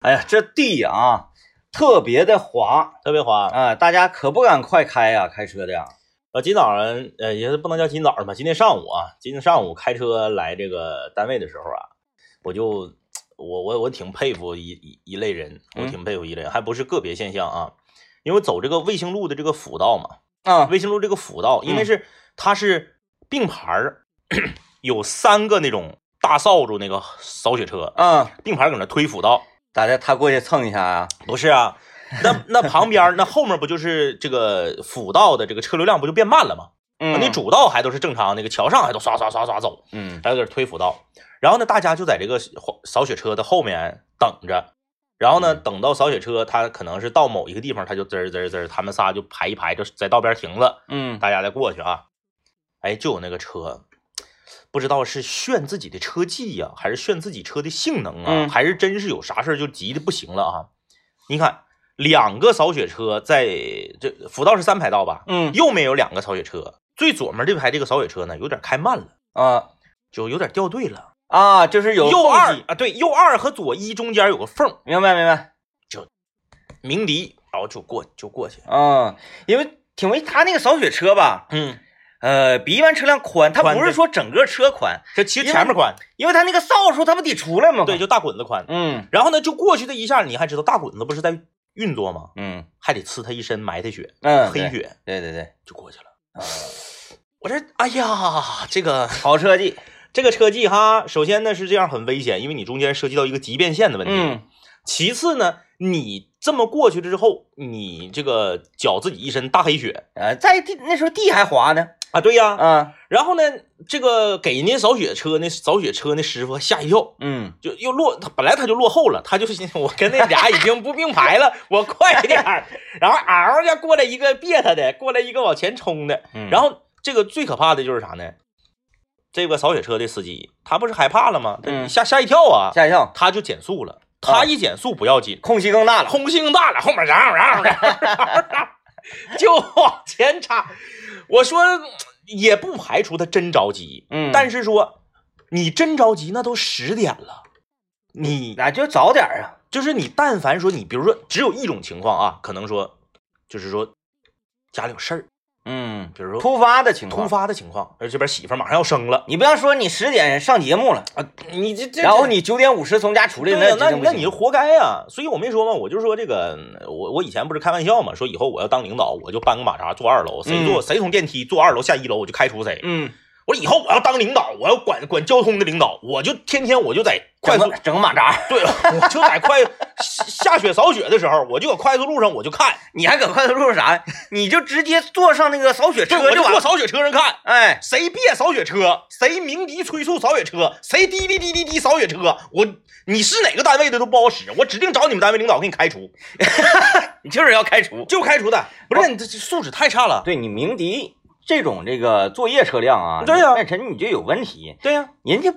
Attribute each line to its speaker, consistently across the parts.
Speaker 1: 哎呀，这地啊，特别的滑
Speaker 2: 特别滑。
Speaker 1: 啊、大家可不敢快开呀、开车的呀。
Speaker 2: 呃，今早上呃也是不能叫今早上吧，今天上午啊，今天上午开车来这个单位的时候啊，我就我我我挺佩服一一一类人，我
Speaker 1: 嗯
Speaker 2: 挺佩服一类人，还不是个别现象啊，因为走这个卫星路的这个辅道嘛，
Speaker 1: 啊，
Speaker 2: 卫星路这个辅道，因为是、它是并排儿， 有三个那种大扫帚那个扫雪车
Speaker 1: 嗯，
Speaker 2: 并排儿搁那推辅道，
Speaker 1: 咋的？他过去蹭一下啊？
Speaker 2: 不是啊，那那旁边儿那后面不就是这个辅道的这个车流量不就变慢了吗？
Speaker 1: 嗯，
Speaker 2: 那，啊主道还都是正常，那个桥上还都刷刷刷刷走，
Speaker 1: 嗯
Speaker 2: 还有点推辅道。然后呢，大家就在这个扫雪车的后面等着。然后呢，
Speaker 1: 嗯
Speaker 2: 等到扫雪车，它可能是到某一个地方，它就滋儿滋儿滋儿，他们仨就排一排，就在道边停了，
Speaker 1: 嗯，
Speaker 2: 大家再过去啊。哎，就有那个车，不知道是炫自己的车技呀、还是炫自己车的性能啊，
Speaker 1: 嗯
Speaker 2: 还是真是有啥事儿就急的不行了啊。你看，两个扫雪车在这辅道是三排道吧？
Speaker 1: 嗯
Speaker 2: 右面有两个扫雪车，最左面这排这个扫雪车呢，有点开慢了，
Speaker 1: 啊
Speaker 2: 就有点掉队了。
Speaker 1: 啊，就是有
Speaker 2: 右
Speaker 1: 缝
Speaker 2: 二
Speaker 1: 隙
Speaker 2: 啊，对，右二和左一中间有个缝，
Speaker 1: 明白明白。
Speaker 2: 鸣笛，然后就过就过去。
Speaker 1: 嗯，因为挺为他那个扫雪车吧，
Speaker 2: 嗯，
Speaker 1: 呃，比一般车辆宽，它
Speaker 2: 宽
Speaker 1: 不是
Speaker 2: 对
Speaker 1: 说整个车宽，
Speaker 2: 这其实
Speaker 1: 因为
Speaker 2: 前面宽，
Speaker 1: 因为它那个扫帚它不得出来吗？
Speaker 2: 对，，就大滚子宽。
Speaker 1: 嗯
Speaker 2: 然后呢，就过去的一下，你还知道大滚子不是在运作吗？
Speaker 1: 嗯
Speaker 2: 还得呲他一身埋汰血、
Speaker 1: 嗯，
Speaker 2: 黑
Speaker 1: 对，
Speaker 2: 血，
Speaker 1: 对对对，
Speaker 2: 就过去了。我这，哎呀，这个
Speaker 1: 好车技，
Speaker 2: 这个车技哈，首先呢是这样很危险，因为你中间涉及到一个极变线的问题。
Speaker 1: 嗯
Speaker 2: 其次呢，你这么过去之后，你这个搅自己一身大黑血
Speaker 1: 呃，在地那时候地还滑呢，
Speaker 2: 啊，对呀、
Speaker 1: 啊
Speaker 2: 然后呢，这个给人家扫雪车那扫雪车那师傅吓一跳，
Speaker 1: 嗯，
Speaker 2: 就又落，他本来他就落后了，他就是心想我跟那俩已经不并排了，我快点儿，然后嗷一下过来一个别他的，过来一个往前冲的，然
Speaker 1: 后
Speaker 2: 后这个最可怕的就是啥呢？这个扫雪车的司机他不是害怕了吗？
Speaker 1: 嗯
Speaker 2: 吓吓一啊跳啊，
Speaker 1: 吓一跳，
Speaker 2: 他就减速了，他一减速不要紧。
Speaker 1: 空隙更大了，
Speaker 2: 空性大了，后面嚷嚷嚷嚷嚷，就往前插。我说也不排除他真着急，
Speaker 1: 嗯，
Speaker 2: 但
Speaker 1: 是
Speaker 2: 是说你真着急，那都十点了。你
Speaker 1: 那就早点啊，
Speaker 2: 就是你，但凡说你，比如说只有一种情况啊，可能说就是说家里有事儿，
Speaker 1: 嗯，
Speaker 2: 比如说
Speaker 1: 突发的情况，
Speaker 2: 突，发的情况，而这边媳妇儿马上要生了
Speaker 1: 你不要说你十点上节目了，
Speaker 2: 啊，你这这
Speaker 1: 然后你九点五十从家出来，
Speaker 2: 对呀，那
Speaker 1: 那
Speaker 2: 那你就活该呀、所以我没说嘛，我就说这个，嗯我我以前不是开玩笑嘛，说以后我要当领导，我就搬个马扎坐二楼，谁坐、谁从电梯坐二楼下一楼，我就开除谁。
Speaker 1: 嗯，
Speaker 2: 我说以后我要当领导，我要管管交通的领导，我就天天我就在快
Speaker 1: 整
Speaker 2: 速
Speaker 1: 个整个马扎，
Speaker 2: 对，我就在快 下下雪扫雪的时候，我就搁快速路上我就 看，
Speaker 1: 你还搁快速路上 啥呀？你就直接坐上那个扫雪
Speaker 2: 对，
Speaker 1: 车
Speaker 2: 我
Speaker 1: 就
Speaker 2: 就
Speaker 1: 完
Speaker 2: 坐
Speaker 1: 了，
Speaker 2: 扫雪车上看。
Speaker 1: 哎，
Speaker 2: 谁别扫雪车，谁鸣笛催促扫雪车，谁滴滴滴滴滴扫雪车，我你是哪个单位的都不好使，我指定找你们单位领导给你开除。
Speaker 1: 你就是要开除。
Speaker 2: 就开除的，哦不是你这这素质太差了。
Speaker 1: 对你鸣笛这种这个作业车辆啊，
Speaker 2: 对呀
Speaker 1: 那陈你就有问题，
Speaker 2: 对呀、
Speaker 1: 人家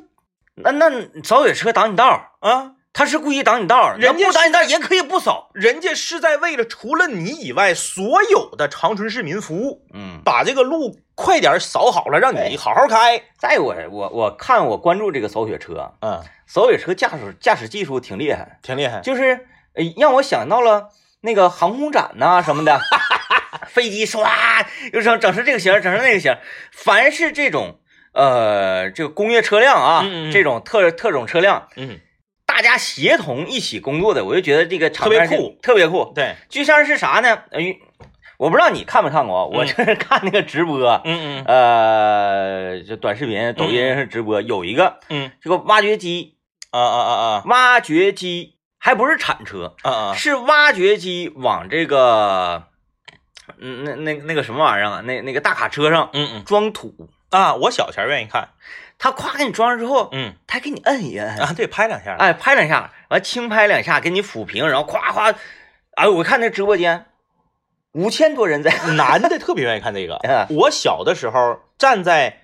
Speaker 1: 那那扫雪车挡你道儿，
Speaker 2: 啊，
Speaker 1: 他是故意挡你道儿，
Speaker 2: 人家
Speaker 1: 那不挡你道儿也可以不扫，
Speaker 2: 人家是在为了除了你以外所有的长春市民服务，
Speaker 1: 嗯。
Speaker 2: 把这个路快点扫好了，让你好好开。
Speaker 1: 再我我我看我关注这个扫雪车，啊
Speaker 2: 嗯，
Speaker 1: 扫雪车驾驶驾驶技术挺厉害，
Speaker 2: 挺厉害。
Speaker 1: 就是呃让我想到了那个航空展呐、什么的， 飞机唰又整整成这个形儿，整成那个形儿。凡是这种呃这个工业车辆啊，
Speaker 2: 嗯嗯嗯
Speaker 1: 这种特特种车辆，
Speaker 2: 嗯，
Speaker 1: 大家协同一起工作的，我就觉得这个场面
Speaker 2: 特别酷
Speaker 1: 是，特别酷。
Speaker 2: 对，
Speaker 1: 就像是啥呢？呃，我不知道你看没看过啊，我
Speaker 2: 嗯
Speaker 1: 就是看那个直播。
Speaker 2: 嗯嗯
Speaker 1: 呃，就短视频、抖音上直播、有一个
Speaker 2: 嗯，
Speaker 1: 这个挖掘机，
Speaker 2: 啊啊啊啊
Speaker 1: 挖掘机还不是铲车，
Speaker 2: 啊啊！
Speaker 1: 是挖掘机往这个，嗯，那那那个什么玩意儿啊，那那个大卡车上
Speaker 2: 嗯嗯
Speaker 1: 装土，
Speaker 2: 啊，我小前愿意看。
Speaker 1: 他夸给你装上之后，
Speaker 2: 嗯
Speaker 1: 他给你摁一摁，
Speaker 2: 啊，对，拍两下。
Speaker 1: 哎，拍两下，完轻拍两下，给你抚平，然后夸夸，哎，我看那直播间五千多人在，
Speaker 2: 男的特别愿意看这个
Speaker 1: 啊。
Speaker 2: 我小的时候站在，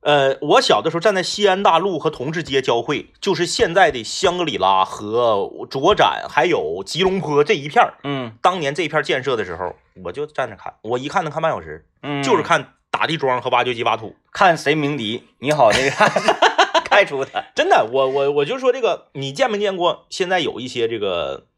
Speaker 2: 呃，我小的时候站在西安大路和同志街交汇，就是现在的香格里拉和卓展，还有吉隆坡这一片儿。
Speaker 1: 嗯
Speaker 2: 当年这一片儿建设的时候，我就站着看，我一看能看半小时，
Speaker 1: 嗯，
Speaker 2: 就是看打地桩和挖掘机挖土。
Speaker 1: 看谁鸣笛，你好那个，开除他。
Speaker 2: 真的，我我我就说这个，你见没见过？现在有一些这个，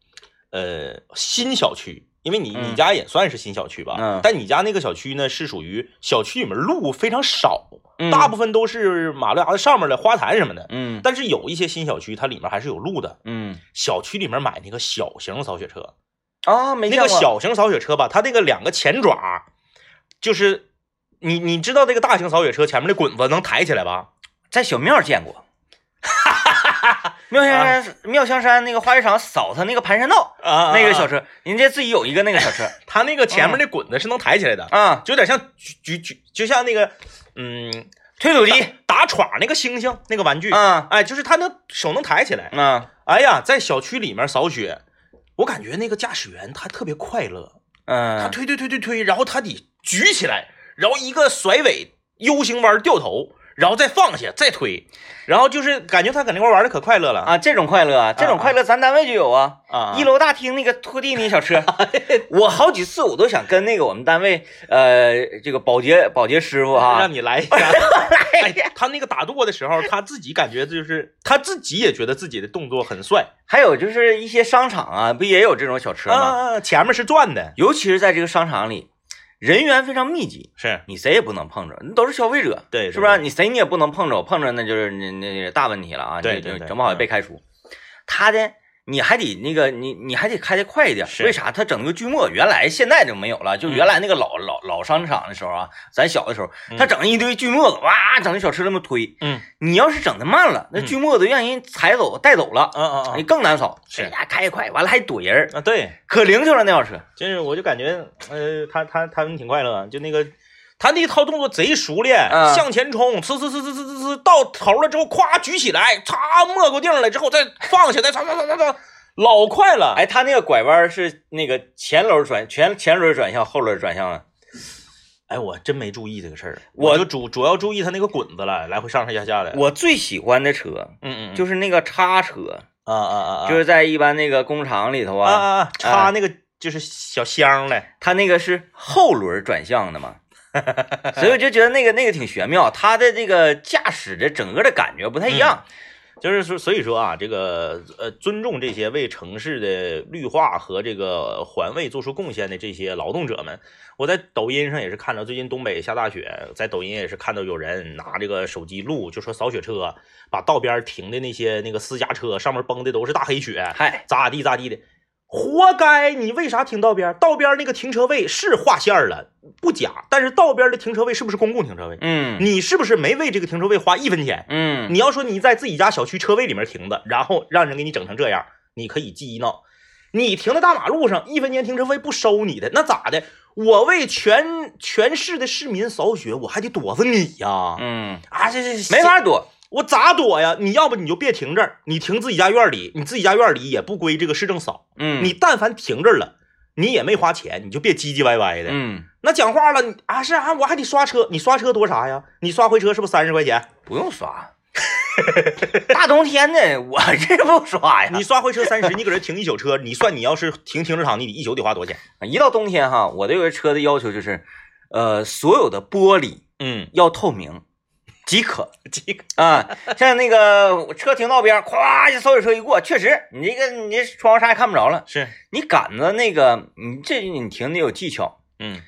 Speaker 2: 呃，新小区，因为你
Speaker 1: 嗯
Speaker 2: 你家也算是新小区吧，
Speaker 1: 嗯
Speaker 2: 但你家那个小区呢，是属于小区里面路非常少，
Speaker 1: 嗯
Speaker 2: 大部分都是马路牙子上面的花坛什么的。
Speaker 1: 嗯
Speaker 2: 但是有一些新小区，它里面还是有路的。
Speaker 1: 嗯
Speaker 2: 小区里面买那个小型扫雪车，
Speaker 1: 啊，没
Speaker 2: 那
Speaker 1: 见
Speaker 2: 个
Speaker 1: 过。
Speaker 2: 小型扫雪车吧，它那个两个前爪，就是你你知道这个大型扫雪车前面的滚子能抬起来吧？
Speaker 1: 在小庙见过。妙香山，妙香山那个花市场扫他那个盘山道
Speaker 2: 啊
Speaker 1: 那个小车，人家自己有一个那个小车
Speaker 2: 它那个前面的滚子是能抬起来的，
Speaker 1: 啊，
Speaker 2: 就有点像举举举，就像那个嗯
Speaker 1: 推土
Speaker 2: 打
Speaker 1: 机
Speaker 2: 打耍那个星星那个玩具，
Speaker 1: 啊
Speaker 2: 哎，就是它能手能抬起来。
Speaker 1: 啊
Speaker 2: 哎呀，在小区里面扫雪，我感觉那个驾驶员他特别快乐，他
Speaker 1: 嗯
Speaker 2: 推推推推推，然后他得举起来，然后一个甩尾 U 型弯掉头，然后再放下再推，然后就是感觉他搁那块玩的可快乐了
Speaker 1: 啊，这种快乐啊，这种快乐咱单位就有啊。
Speaker 2: 啊！
Speaker 1: 一楼大厅那个拖地那小车，我好几次我都想跟那个我们单位呃这个保洁保洁师傅啊
Speaker 2: 让，你来一 下。哎，他那个打舵的时候，他自己感觉就是他自己也觉得自己的动作很帅
Speaker 1: 还有就是一些商场啊，不也有这种小车吗？
Speaker 2: 啊，前面是转的，
Speaker 1: 尤其是在这个商场里，人员非常密集，
Speaker 2: 是
Speaker 1: 你谁也不能碰着，你都是消费者，
Speaker 2: 对对
Speaker 1: 是不是？你谁你也不能碰着，碰着那就是那那那大问题了啊！
Speaker 2: 对
Speaker 1: 你
Speaker 2: 对
Speaker 1: 就
Speaker 2: 对
Speaker 1: 整不好也被开除。他的你还得那个你你还得开的快一点，
Speaker 2: 是
Speaker 1: 为啥？他整那个锯末，原来现在就没有了，就原来那个老、老老商场的时候啊，咱小的时候，
Speaker 2: 嗯
Speaker 1: 他整一堆锯末子，哇，整那小车那么推。
Speaker 2: 嗯
Speaker 1: 你要是整的慢了，那
Speaker 2: 嗯
Speaker 1: 锯末子让人踩走带走了，
Speaker 2: 嗯嗯
Speaker 1: 你
Speaker 2: 嗯
Speaker 1: 更难扫。
Speaker 2: 是
Speaker 1: 哎呀，开快，完了还躲人儿，
Speaker 2: 啊，对，
Speaker 1: 可灵巧了那小车。
Speaker 2: 就是我就感觉呃，他他他们挺快乐，啊就那个。他那一套动作贼熟练，
Speaker 1: 啊
Speaker 2: 向前冲，呲呲呲呲呲呲呲，到头了之后，咵举起来，嚓没过腚了之后再放下，再嚓嚓嚓嚓嚓，老快了。
Speaker 1: 哎，他那个拐弯是那个前轮转前前轮转向，后轮转向啊。
Speaker 2: 哎，我真没注意这个事儿，
Speaker 1: 我
Speaker 2: 就主主要注意他那个滚子了，来回上上下下的。
Speaker 1: 我最喜欢的车
Speaker 2: 嗯嗯，嗯
Speaker 1: 就是那个叉车，
Speaker 2: 啊啊啊啊，
Speaker 1: 就是在一般那个工厂里头
Speaker 2: 啊
Speaker 1: 啊，
Speaker 2: 啊啊，插那个就是小箱嘞。
Speaker 1: 它那个是后轮转向的 嘛，所以我就觉得那个那个挺玄妙，它的这个驾驶的整个的感觉不太一样。
Speaker 2: 嗯就是说，所以说啊，这个呃，尊重这些为城市的绿化和这个环卫做出贡献的这些劳动者们，我在抖音上也是看到，最近东北下大雪，在抖音也是看到有人拿这个手机录，就说扫雪车把道边停的那些那个私家车上面崩的都是大黑雪，
Speaker 1: 嗨、
Speaker 2: 咋咋地咋地的，活该！你为啥停道边儿？道边儿那个停车位是划线儿了，不假，但是道边儿的停车位是不是公共停车位？
Speaker 1: 嗯
Speaker 2: 你是不是没为这个停车位花一分钱？
Speaker 1: 嗯，
Speaker 2: 你要说你在自己家小区车位里面停的，然后让人给你整成这样，你可以记一闹。你停在大马路上，一分钱停车费不收你的，那咋的？我为全全市的市民扫雪，我还得躲着你呀、啊！
Speaker 1: 嗯，
Speaker 2: 这这
Speaker 1: 没，法躲，
Speaker 2: 我咋躲呀？你要不你就别停这儿，你停自己家院里，你自己家院里也不归这个市政扫。
Speaker 1: 嗯，
Speaker 2: 你但凡停这儿了，你也没花钱，你就别唧唧歪歪的。
Speaker 1: 嗯
Speaker 2: 那讲话了，你啊是啊，我还得刷车，你刷车多啥呀？你刷回车是不是三十块钱？
Speaker 1: 不用刷。大冬天的， 我这不刷呀！
Speaker 2: 你刷回车三十，你搁这停一宿车，你算你要是停停车场，你得一宿得花多少钱？
Speaker 1: 一到冬天哈，我对这个车的要求就是，呃，所有的玻璃
Speaker 2: 嗯，
Speaker 1: 要透明即可。
Speaker 2: 这个
Speaker 1: 啊，像那个车停道边儿，咵一扫雪车一过，确实你这个你这窗户纱也看不着了。
Speaker 2: 是，
Speaker 1: 你杆子那个，你这你停得有技巧，
Speaker 2: 嗯，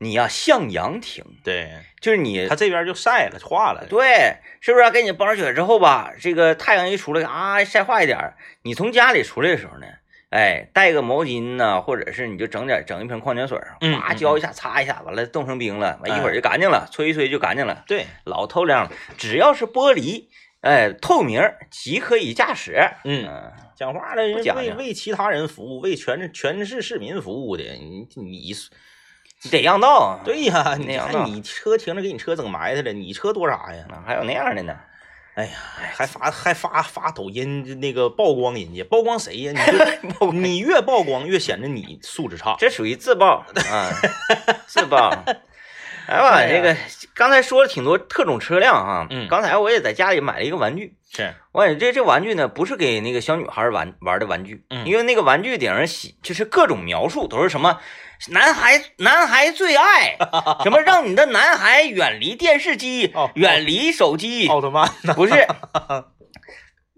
Speaker 1: 你呀、向阳停，
Speaker 2: 对，
Speaker 1: 就是你
Speaker 2: 他这边就晒了，化了，
Speaker 1: 对，是不是、给你包上雪之后吧，这个太阳一出来啊，晒化一点儿。你从家里出来的时候呢，哎，带个毛巾呐、或者是你就整点整一瓶矿泉水儿，
Speaker 2: 嗯
Speaker 1: 哗
Speaker 2: 嗯
Speaker 1: 浇一下，擦一下，完了冻成冰了，完一会
Speaker 2: 哎
Speaker 1: 儿就干净了，吹一吹就干净了。
Speaker 2: 对，
Speaker 1: 老透亮了，只要是玻璃，哎，透明儿即可以驾驶。
Speaker 2: 嗯，
Speaker 1: 嗯
Speaker 2: 讲话了，人
Speaker 1: 不讲
Speaker 2: 为
Speaker 1: 究
Speaker 2: 为其他人服务，为全全市市民服务的，你你
Speaker 1: 你得让道啊。
Speaker 2: 对呀、你
Speaker 1: 那样
Speaker 2: 看
Speaker 1: 闹
Speaker 2: 你车停着给你车整埋汰了，你车多啥呀？
Speaker 1: 啊，还有那样的呢。
Speaker 2: 哎呀，还发还发发抖音那个曝光人家，曝光谁呀？ 你就你越曝光越显得你素质差。
Speaker 1: 这属于自爆啊，自爆。哎呀妈，
Speaker 2: 哎呀
Speaker 1: 这个刚才说了挺多特种车辆啊，
Speaker 2: 嗯
Speaker 1: 刚才我也在家里买了一个玩具，
Speaker 2: 是，
Speaker 1: 我感觉这这玩具呢不是给那个小女孩玩玩的玩具，
Speaker 2: 嗯
Speaker 1: 因为那个玩具顶上写就是各种描述都是什么男孩男孩最 爱，什么让你的男孩远离电视机，
Speaker 2: 哦
Speaker 1: 远离手机，
Speaker 2: 奥特曼
Speaker 1: 不是，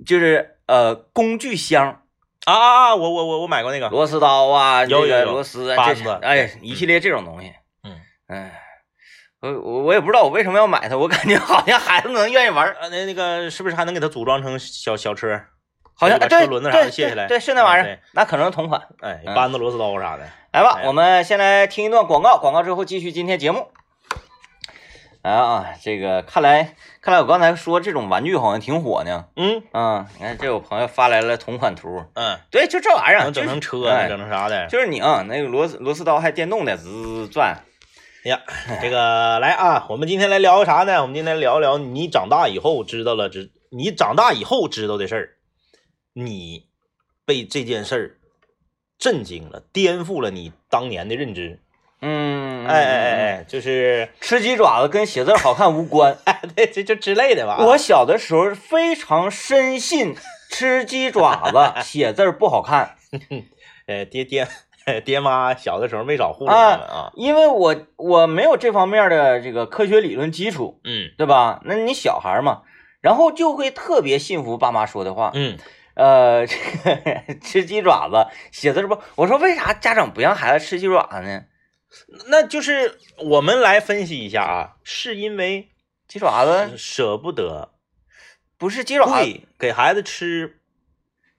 Speaker 1: 就是呃工具箱、
Speaker 2: 啊啊啊！我我我我买过那个，
Speaker 1: 螺丝刀啊，
Speaker 2: 有
Speaker 1: 这个
Speaker 2: 有有
Speaker 1: 螺丝啊，
Speaker 2: 扳
Speaker 1: 这
Speaker 2: 子
Speaker 1: 哎一系列这种东西，
Speaker 2: 嗯
Speaker 1: 哎，我我我也不知道我为什么要买它，我感觉好像孩子能愿意玩儿，
Speaker 2: 呃，那那个是不是还能给它组装成小小车？
Speaker 1: 好像
Speaker 2: 把
Speaker 1: 哎
Speaker 2: 车
Speaker 1: 对
Speaker 2: 轮子
Speaker 1: 对
Speaker 2: 啥的卸下来
Speaker 1: 对，对是那玩意
Speaker 2: 嗯
Speaker 1: 儿
Speaker 2: 对，
Speaker 1: 那可能是同款。
Speaker 2: 哎，
Speaker 1: 嗯
Speaker 2: 扳子、螺丝刀啥的。
Speaker 1: 来吧
Speaker 2: 哎，呀
Speaker 1: 我们先来听一段广告，广告之后继续今天节目。哎啊，这个看来看来我刚才说这种玩具好像挺火呢。
Speaker 2: 嗯
Speaker 1: 嗯，你看这我朋友发来了同款图，
Speaker 2: 嗯，
Speaker 1: 对，就这玩意儿，
Speaker 2: 能整成
Speaker 1: 就
Speaker 2: 车，
Speaker 1: 是哎
Speaker 2: 能整成啥的？
Speaker 1: 就是拧那个螺丝螺丝刀还电动的，滋转。
Speaker 2: 哎呀，这个来啊，我们今天来聊个啥呢？我们今天聊一聊你长大以后知道了知，你长大以后知道的事儿，你被这件事儿震惊了，颠覆了你当年的认知。
Speaker 1: 嗯，
Speaker 2: 哎哎哎
Speaker 1: 哎，
Speaker 2: 哎，就是
Speaker 1: 吃鸡爪子跟写字好看无关。
Speaker 2: 哎， 对，这就之类的吧。
Speaker 1: 嗯我小的时候非常深信吃鸡爪子写字儿不好看，
Speaker 2: 呃爹爹 爹妈小的时候没少糊弄我们啊。
Speaker 1: 因为我我没有这方面的这个科学理论基础，
Speaker 2: 嗯
Speaker 1: 对吧？那你小孩儿嘛，然后就会特别信服爸妈说的话。
Speaker 2: 嗯
Speaker 1: 呃，这个 吃鸡爪子写字儿不，我说为啥家长不让孩子吃鸡爪子呢？
Speaker 2: 那就是我们来分析一下啊，是因为
Speaker 1: 鸡爪子
Speaker 2: 舍不得，
Speaker 1: 不是鸡爪子，
Speaker 2: 贵，给孩子吃，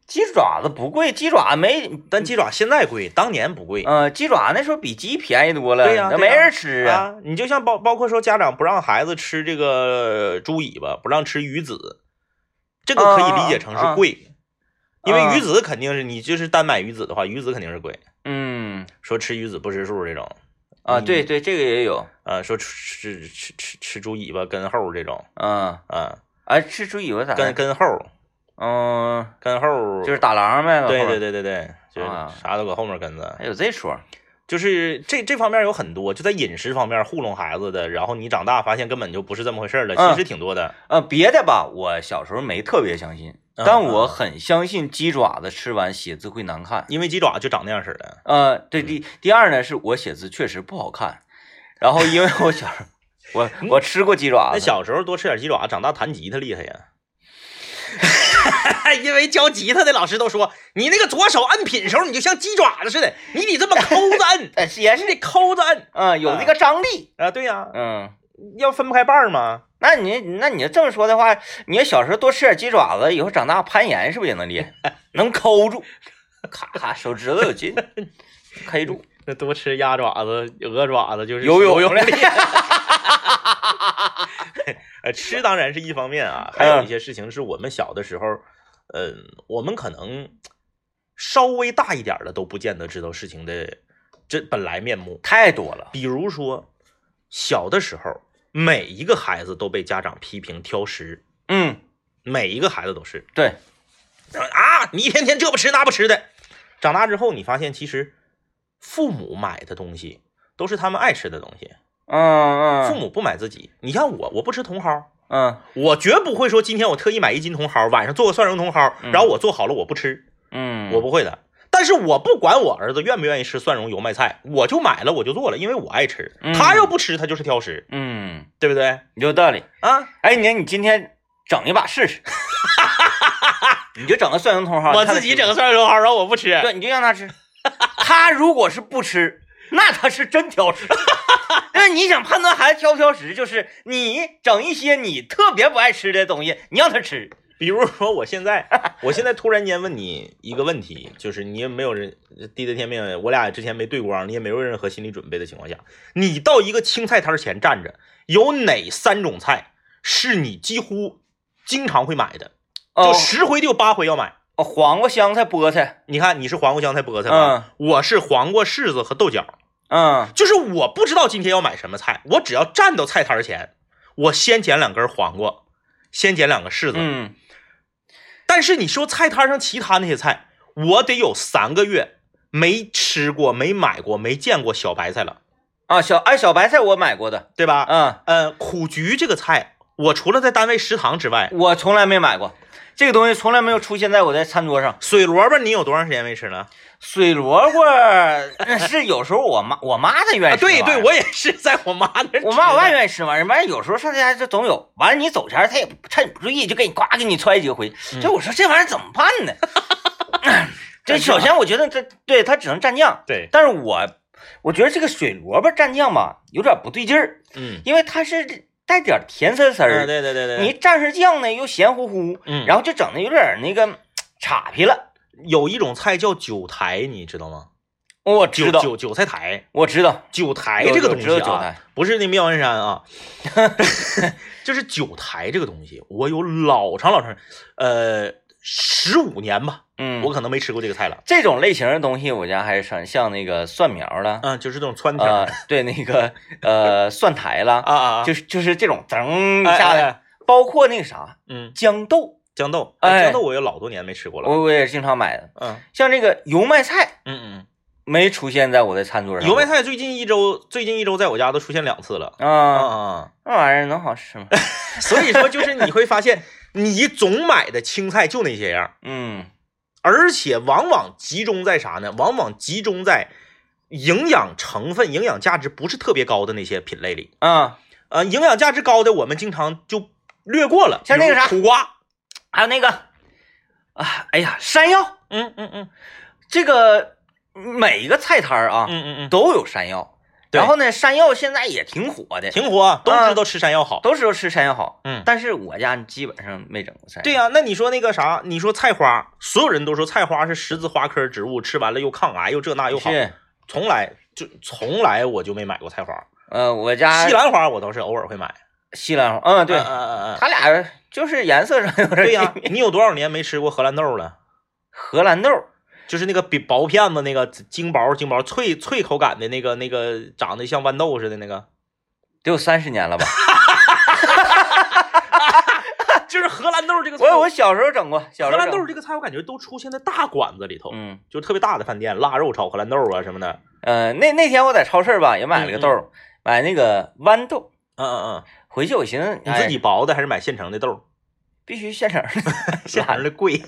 Speaker 1: 鸡爪子不贵，鸡爪没，
Speaker 2: 但鸡爪现在贵，当年不贵
Speaker 1: 呃，鸡爪那时候比鸡便宜多了，
Speaker 2: 对呀
Speaker 1: 那
Speaker 2: 对
Speaker 1: 没
Speaker 2: 呀
Speaker 1: 人吃啊。
Speaker 2: 啊。你就像包包括说家长不让孩子吃这个猪尾巴，不让吃鱼子，这个可以理解成
Speaker 1: 嗯
Speaker 2: 是贵，因为鱼子肯定是你就是单买鱼子的话，鱼子肯定是贵。
Speaker 1: 嗯
Speaker 2: 说吃鱼子不吃素这种，
Speaker 1: 啊，
Speaker 2: 嗯
Speaker 1: 对对，这个也有，
Speaker 2: 呃，说吃吃吃吃吃猪尾巴跟后这种，
Speaker 1: 嗯，
Speaker 2: 啊，
Speaker 1: 哎，吃猪尾巴咋的？
Speaker 2: 跟跟后
Speaker 1: 嗯，
Speaker 2: 跟后
Speaker 1: 就是打狼呗，
Speaker 2: 对对
Speaker 1: 对，
Speaker 2: 对对对，就是
Speaker 1: 啊
Speaker 2: 啥都搁后面跟着。
Speaker 1: 还有这说儿，
Speaker 2: 就是这这方面有很多，就在饮食方面糊弄孩子的，然后你长大发现根本就不是这么回事儿了，
Speaker 1: 嗯
Speaker 2: 其实挺多的。
Speaker 1: 呃，别的吧，我小时候没特别相信，
Speaker 2: 嗯
Speaker 1: 但我很相信鸡爪子吃完写字会难看。
Speaker 2: 因为鸡爪就长那样式儿的，
Speaker 1: 呃，
Speaker 2: 嗯
Speaker 1: 对，第第二呢，是我写字确实不好看，然后因为我小时候， 我我吃过鸡爪
Speaker 2: 那
Speaker 1: 子，，
Speaker 2: 小时候多吃点鸡爪，长大弹吉他厉害呀。 因为教吉他的老师都说，你那个左手按品时候，你就像鸡爪子似的，你得这么抠着按
Speaker 1: 但哎是也
Speaker 2: 你
Speaker 1: 是
Speaker 2: 得抠着按
Speaker 1: 嗯、有那个张力，
Speaker 2: 啊。对呀、
Speaker 1: 嗯。
Speaker 2: 要分不开瓣儿嘛。
Speaker 1: 那你那你这么说的话，你要小时候多吃点鸡爪子，以后长大攀岩是不是也能 厉害？能抠住，咔咔手指头有 劲，黑住。
Speaker 2: 那多吃鸭爪子、鹅爪子就是
Speaker 1: 游 泳
Speaker 2: 厉害。 呃，吃当然是一方面啊，还
Speaker 1: 嗯
Speaker 2: 有一些事情是我们小的时候，嗯、我们可能稍微大一点儿的都不见得知道事情的这本来面目。
Speaker 1: 太多了。
Speaker 2: 比如说，小的时候，每一个孩子都被家长批评挑食，
Speaker 1: 嗯，
Speaker 2: 每一个孩子都是
Speaker 1: 对，
Speaker 2: 啊，你一天天这不吃那不吃的。长大之后，你发现其实父母买的东西都是他们爱吃的东西，
Speaker 1: 嗯
Speaker 2: 父
Speaker 1: 嗯
Speaker 2: 母不买自己。你像我，我不吃茼蒿，
Speaker 1: 嗯
Speaker 2: 我绝不会说今天我特意买一斤茼蒿，晚上做个蒜蓉茼蒿，然后我做好了我不吃，
Speaker 1: 嗯，
Speaker 2: 我不会的。但是我不管我儿子愿不愿意吃蒜蓉油麦菜，我就买了我就做了，因为我爱吃。
Speaker 1: 嗯
Speaker 2: 他要不吃，他就是挑食，
Speaker 1: 嗯
Speaker 2: 对不对？
Speaker 1: 有道理。
Speaker 2: 啊，
Speaker 1: 哎，你你今天整一把试 试， 你就整个蒜蓉茼蒿，
Speaker 2: 我
Speaker 1: 你看他
Speaker 2: 自己
Speaker 1: 吃
Speaker 2: 整
Speaker 1: 不
Speaker 2: 个
Speaker 1: 吃，
Speaker 2: 蒜蓉茼蒿，然后我不吃。
Speaker 1: 对，你就让他吃。他如果是不吃，那他是真挑食。 那你想判断孩子挑不挑食，就是你整一些你特别不爱吃的东西，你让他吃。
Speaker 2: 比如说，我现在，我现在突然间问你一个问题，就是你也没有人地的天命，我俩也之前没对光，你也没有任何心理准备的情况下，你到一个青菜摊儿前站着，有哪三种菜是你几乎经常会买的？
Speaker 1: 哦
Speaker 2: 就，十回就有八回要买。
Speaker 1: 哦黄瓜、香菜、菠菜，
Speaker 2: 你看，你是黄瓜、香菜、菠菜吧？我是黄瓜、柿子和豆角。
Speaker 1: 嗯
Speaker 2: 就是我不知道今天要买什么菜，我只要站到菜摊儿前，我先捡两根黄瓜，先捡两个柿子，
Speaker 1: 嗯，
Speaker 2: 但是你说菜摊上其他那些菜，我得有三个月没吃过、没买过、没见过小白菜了。
Speaker 1: 啊，小哎小白菜我买过的，
Speaker 2: 对吧？
Speaker 1: 嗯，
Speaker 2: 呃，苦菊这个菜，我除了在单位食堂之外，
Speaker 1: 我从来没买过，这个东西从来没有出现在我的餐桌上。
Speaker 2: 水萝卜你有多长时间没吃了？
Speaker 1: 水萝卜儿 是有时候我妈我妈她愿
Speaker 2: 啊，
Speaker 1: 意吃
Speaker 2: 对
Speaker 1: 那玩意儿、
Speaker 2: 对，我也是在我妈那儿吃的。
Speaker 1: 我妈我爸愿意吃玩意儿，完有时候上她家就总有，完了你走前儿她也不趁你不注意就给你呱给你揣几个回，
Speaker 2: 嗯
Speaker 1: 这我说这玩意儿怎么办 呢？ 这
Speaker 2: 蘸酱
Speaker 1: 首先我觉得这对它只能蘸酱，
Speaker 2: 对，
Speaker 1: 但是我我觉得这个水萝卜蘸酱吧有点不对劲儿，
Speaker 2: 嗯，
Speaker 1: 因为它是带点甜丝丝
Speaker 2: 嗯
Speaker 1: 儿，
Speaker 2: 对对对对，
Speaker 1: 你蘸上酱呢又咸乎乎，
Speaker 2: 嗯，然
Speaker 1: 然后就整的有点那个岔劈了。
Speaker 2: 后有一种菜叫韭苔，你知道吗？
Speaker 1: 我知
Speaker 2: 韭
Speaker 1: 道，
Speaker 2: 韭韭菜苔，
Speaker 1: 我知道，
Speaker 2: 韭苔
Speaker 1: 有
Speaker 2: 这个
Speaker 1: 有
Speaker 2: 东
Speaker 1: 知道
Speaker 2: 西
Speaker 1: 韭
Speaker 2: 啊
Speaker 1: 菜，
Speaker 2: 不是那妙文 山啊，就是韭苔这个东西，我有老长老长，呃，十五年吧，
Speaker 1: 嗯，
Speaker 2: 我可能没吃过这个菜了。
Speaker 1: 这种类型的东西，我家还是很像那个蒜苗了，
Speaker 2: 嗯，就是这种川条
Speaker 1: 呃，对，那个呃蒜苔了，
Speaker 2: 啊啊，
Speaker 1: 就是是就是这种噔一
Speaker 2: 哎
Speaker 1: 下
Speaker 2: 哎
Speaker 1: 来，
Speaker 2: 哎
Speaker 1: 包括那个啥
Speaker 2: 嗯，
Speaker 1: 豇豆，
Speaker 2: 豇豆，
Speaker 1: 哎
Speaker 2: 豇豆我有老多年没吃过了。
Speaker 1: 我我也经常买的，
Speaker 2: 嗯
Speaker 1: 像这个油麦菜
Speaker 2: 嗯
Speaker 1: 没出现在我的餐桌
Speaker 2: 嗯，
Speaker 1: 上，
Speaker 2: 油麦菜最近一周，最近一周在我家都出现两次 了。啊
Speaker 1: 啊，
Speaker 2: 啊，
Speaker 1: 那玩意儿能好吃 吗？
Speaker 2: 啊所以说就是你会发现，你总买的青菜就那些样儿，
Speaker 1: 嗯，
Speaker 2: 而且往往集中在啥呢？往往集中在营养成分、营养价值不是特别高的那些品类里。
Speaker 1: 啊，
Speaker 2: 呃，营养价值高的我们经常就略过了，
Speaker 1: 像那个啥
Speaker 2: 比如苦瓜，
Speaker 1: 还有那个啊，哎呀，山药，
Speaker 2: 嗯嗯嗯
Speaker 1: 这个每一个菜摊儿啊，
Speaker 2: 嗯嗯嗯，
Speaker 1: 都有山药。
Speaker 2: 对
Speaker 1: 然后呢，山药现在也挺火的，
Speaker 2: 挺火啊，都
Speaker 1: 啊
Speaker 2: 知道吃山药好。
Speaker 1: 都知道吃山药好。
Speaker 2: 嗯
Speaker 1: 但是我家基本上没整过山药。
Speaker 2: 对呀、那你说那个啥，你说菜花，所有人都说菜花是十字花科植物，吃完了又抗癌又这那又好，
Speaker 1: 是，
Speaker 2: 从来就从来我就没买过菜花。
Speaker 1: 呃，我家
Speaker 2: 西兰花我倒是偶尔会买，
Speaker 1: 西兰花，嗯，对
Speaker 2: 嗯，嗯嗯嗯，
Speaker 1: 它俩就是颜色上有点
Speaker 2: 对呀、
Speaker 1: 异
Speaker 2: 你有多少年没吃过荷兰豆了？
Speaker 1: 荷兰豆，
Speaker 2: 就是那个比薄片子，那个精薄精薄脆脆口感的那个那个，长得像豌豆似的那个，
Speaker 1: 得有三十年 了吧？
Speaker 2: 啊就是荷兰豆这个菜。
Speaker 1: 我我小时候整过，小
Speaker 2: 荷
Speaker 1: 时候
Speaker 2: 兰
Speaker 1: 整
Speaker 2: 豆
Speaker 1: 过
Speaker 2: 这个菜，我感觉都出现在大馆子里头，
Speaker 1: 嗯
Speaker 2: 就特别大的饭店，腊肉炒荷兰豆啊什么的。
Speaker 1: 呃，那那天我在超市吧也买了个豆儿，买那个豌豆。
Speaker 2: 嗯嗯嗯，
Speaker 1: 回去我寻思
Speaker 2: 你自己
Speaker 1: 哎
Speaker 2: 薄的还是买现成的豆？
Speaker 1: 必须现 成的，
Speaker 2: 现成的贵。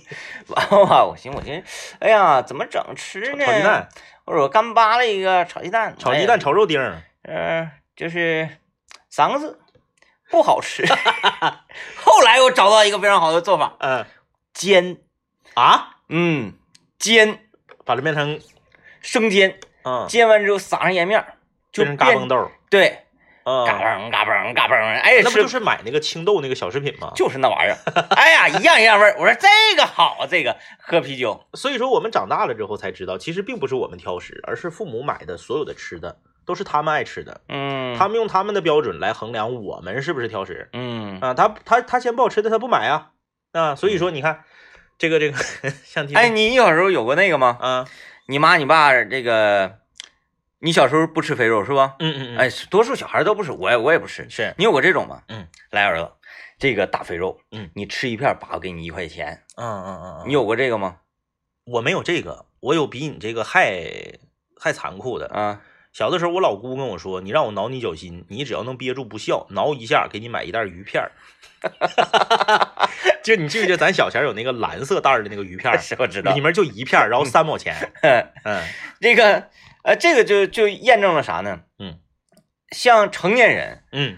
Speaker 1: 完了吧？我寻思我寻思，哎呀，怎么整吃
Speaker 2: 炒
Speaker 1: 呢？
Speaker 2: 炒鸡蛋，
Speaker 1: 或者我干扒了一个炒鸡蛋，
Speaker 2: 炒
Speaker 1: 哎
Speaker 2: 鸡蛋，炒肉丁儿，
Speaker 1: 呃，就是三个字，不好吃。 后来我找到一个非常好的做法，
Speaker 2: 嗯
Speaker 1: 煎，
Speaker 2: 啊，
Speaker 1: 嗯，煎
Speaker 2: 把它变成
Speaker 1: 生煎，
Speaker 2: 嗯，
Speaker 1: 煎完之后撒上盐面儿，就
Speaker 2: 变成嘎嘣
Speaker 1: 变
Speaker 2: 豆儿，
Speaker 1: 对，
Speaker 2: 嗯，
Speaker 1: 嘎嘣嘎嘣嘎嘣，哎，
Speaker 2: 那不就
Speaker 1: 吃
Speaker 2: 是买那个青豆那个小食品吗？
Speaker 1: 就是那玩意儿，哎呀，一样一样味儿。我说这个好啊，这个喝啤酒，
Speaker 2: 所以说我们长大了之后才知道，其实并不是我们挑食，而是父母买的所有的吃的都是他们爱吃的，
Speaker 1: 嗯，
Speaker 2: 他们用他们的标准来衡量我们是不是挑食
Speaker 1: 嗯，
Speaker 2: 啊。他他他嫌不好吃的他不买啊啊，所以说你看这个这 个像
Speaker 1: 哎，你小时候有过那个吗？
Speaker 2: 啊
Speaker 1: 你妈你爸这个，你小时候不吃肥肉是吧？
Speaker 2: 嗯嗯嗯
Speaker 1: 哎，多数小孩都不吃，我也我也不吃。
Speaker 2: 是
Speaker 1: 你有过这种吗？
Speaker 2: 嗯，
Speaker 1: 来儿子，这个大肥肉，
Speaker 2: 嗯，
Speaker 1: 你吃一片，爸给你一块钱。
Speaker 2: 嗯嗯嗯嗯，
Speaker 1: 你有过这个吗？
Speaker 2: 我没有这个，我有比你这个还还残酷的。
Speaker 1: 啊，
Speaker 2: 小的时候，我老姑跟我说：“你让我挠你脚心，你只要能憋住不笑，挠一下给你买一袋鱼片儿。” 就你记不记得咱小前儿有那个蓝色袋儿的那个鱼片儿，
Speaker 1: 是我知道
Speaker 2: 里。面就一片儿，然后三毛钱。嗯
Speaker 1: 这个，呃，这个就就验证了啥呢？
Speaker 2: 嗯，
Speaker 1: 像成年人
Speaker 2: 嗯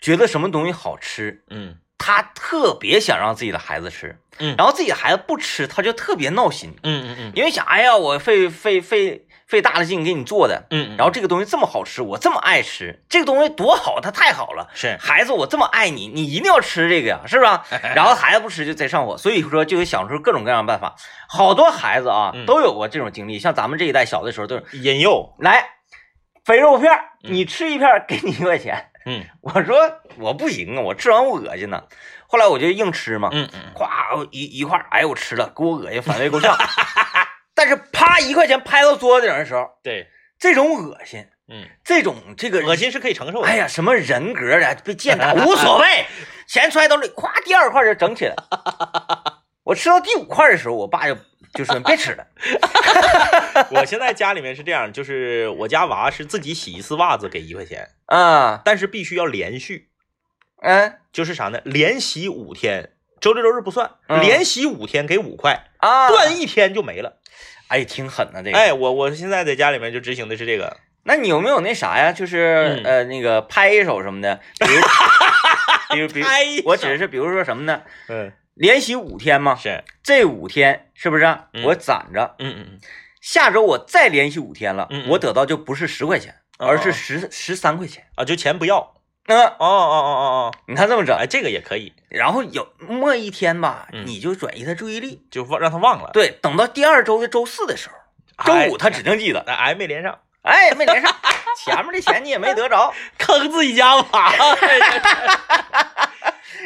Speaker 1: 觉得什么东西好吃，
Speaker 2: 嗯
Speaker 1: 他特别想让自己的孩子吃，
Speaker 2: 嗯
Speaker 1: 然后自己的孩子不吃，他就特别闹心，
Speaker 2: 嗯嗯嗯
Speaker 1: 因为想，哎呀，我费费费费大了劲给你做的，
Speaker 2: 嗯，
Speaker 1: 然后这个东西这么好吃，我这么爱吃，这个东西多好，它太好了。
Speaker 2: 是
Speaker 1: 孩子，我这么爱你，你一定要吃这个呀，是 吧？然后孩子不吃就贼上火，所以说就会想出各种各样的办法。好多孩子啊
Speaker 2: 嗯，
Speaker 1: 都有过这种经历，像咱们这一代小的时候都是
Speaker 2: 引诱。
Speaker 1: 来肥肉片儿，
Speaker 2: 嗯
Speaker 1: 你吃一片儿给你一块钱。
Speaker 2: 嗯
Speaker 1: 我说 我不行啊，我吃完我恶心呢。后来我就硬吃嘛，
Speaker 2: 嗯嗯，
Speaker 1: 咵我一一块儿，哎呦我吃了，给我恶心反胃够呛。 但是啪一块钱拍到桌子顶的时候，
Speaker 2: 对，
Speaker 1: 这种恶心。
Speaker 2: 嗯，
Speaker 1: 这种这个
Speaker 2: 恶心是可以承受的。
Speaker 1: 哎呀，什么人格啊，被践 踏无所谓，钱揣兜里，咵，第二块就整起来。 我吃到第五块的时候，我爸就就说别吃了，
Speaker 2: 我现在家里面是这样，就是我家娃是自己洗一次袜子给一块钱，
Speaker 1: 啊，
Speaker 2: 但是必须要连续，
Speaker 1: 嗯
Speaker 2: 就是啥呢？连洗五天，周六周日不算，
Speaker 1: 嗯
Speaker 2: 连洗五天给五块，
Speaker 1: 啊，
Speaker 2: 断一天就没了。
Speaker 1: 哎，挺狠的这个。
Speaker 2: 哎，我我现在在家里面就执行的是这个，
Speaker 1: 那你有没有那啥呀？就是、
Speaker 2: 嗯
Speaker 1: 呃，那个拍一手什么的， 比如，比如，比如，
Speaker 2: 哎，
Speaker 1: 我只是比如说什么呢？
Speaker 2: 嗯
Speaker 1: 连洗五天嘛，
Speaker 2: 是，
Speaker 1: 这五天是不是啊、
Speaker 2: 嗯
Speaker 1: 我攒着，
Speaker 2: 嗯嗯，
Speaker 1: 下周我再连续五天了，
Speaker 2: 嗯嗯
Speaker 1: 我得到就不是十块钱，
Speaker 2: 哦
Speaker 1: 而是十十三块钱。
Speaker 2: 啊，就钱不要，哦
Speaker 1: 嗯，
Speaker 2: 哦哦哦哦，
Speaker 1: 你看这么整，
Speaker 2: 哎，这个也可以，
Speaker 1: 然后有末一天吧，
Speaker 2: 嗯
Speaker 1: 你就转移他注意力。
Speaker 2: 就忘让他忘了，
Speaker 1: 对，等到第二周的周四的时候，
Speaker 2: 哎
Speaker 1: 周五他指定记得，
Speaker 2: 哎哎没连上，
Speaker 1: 哎，没连上，前面的钱你也没得着，
Speaker 2: 坑自己家娃，
Speaker 1: 不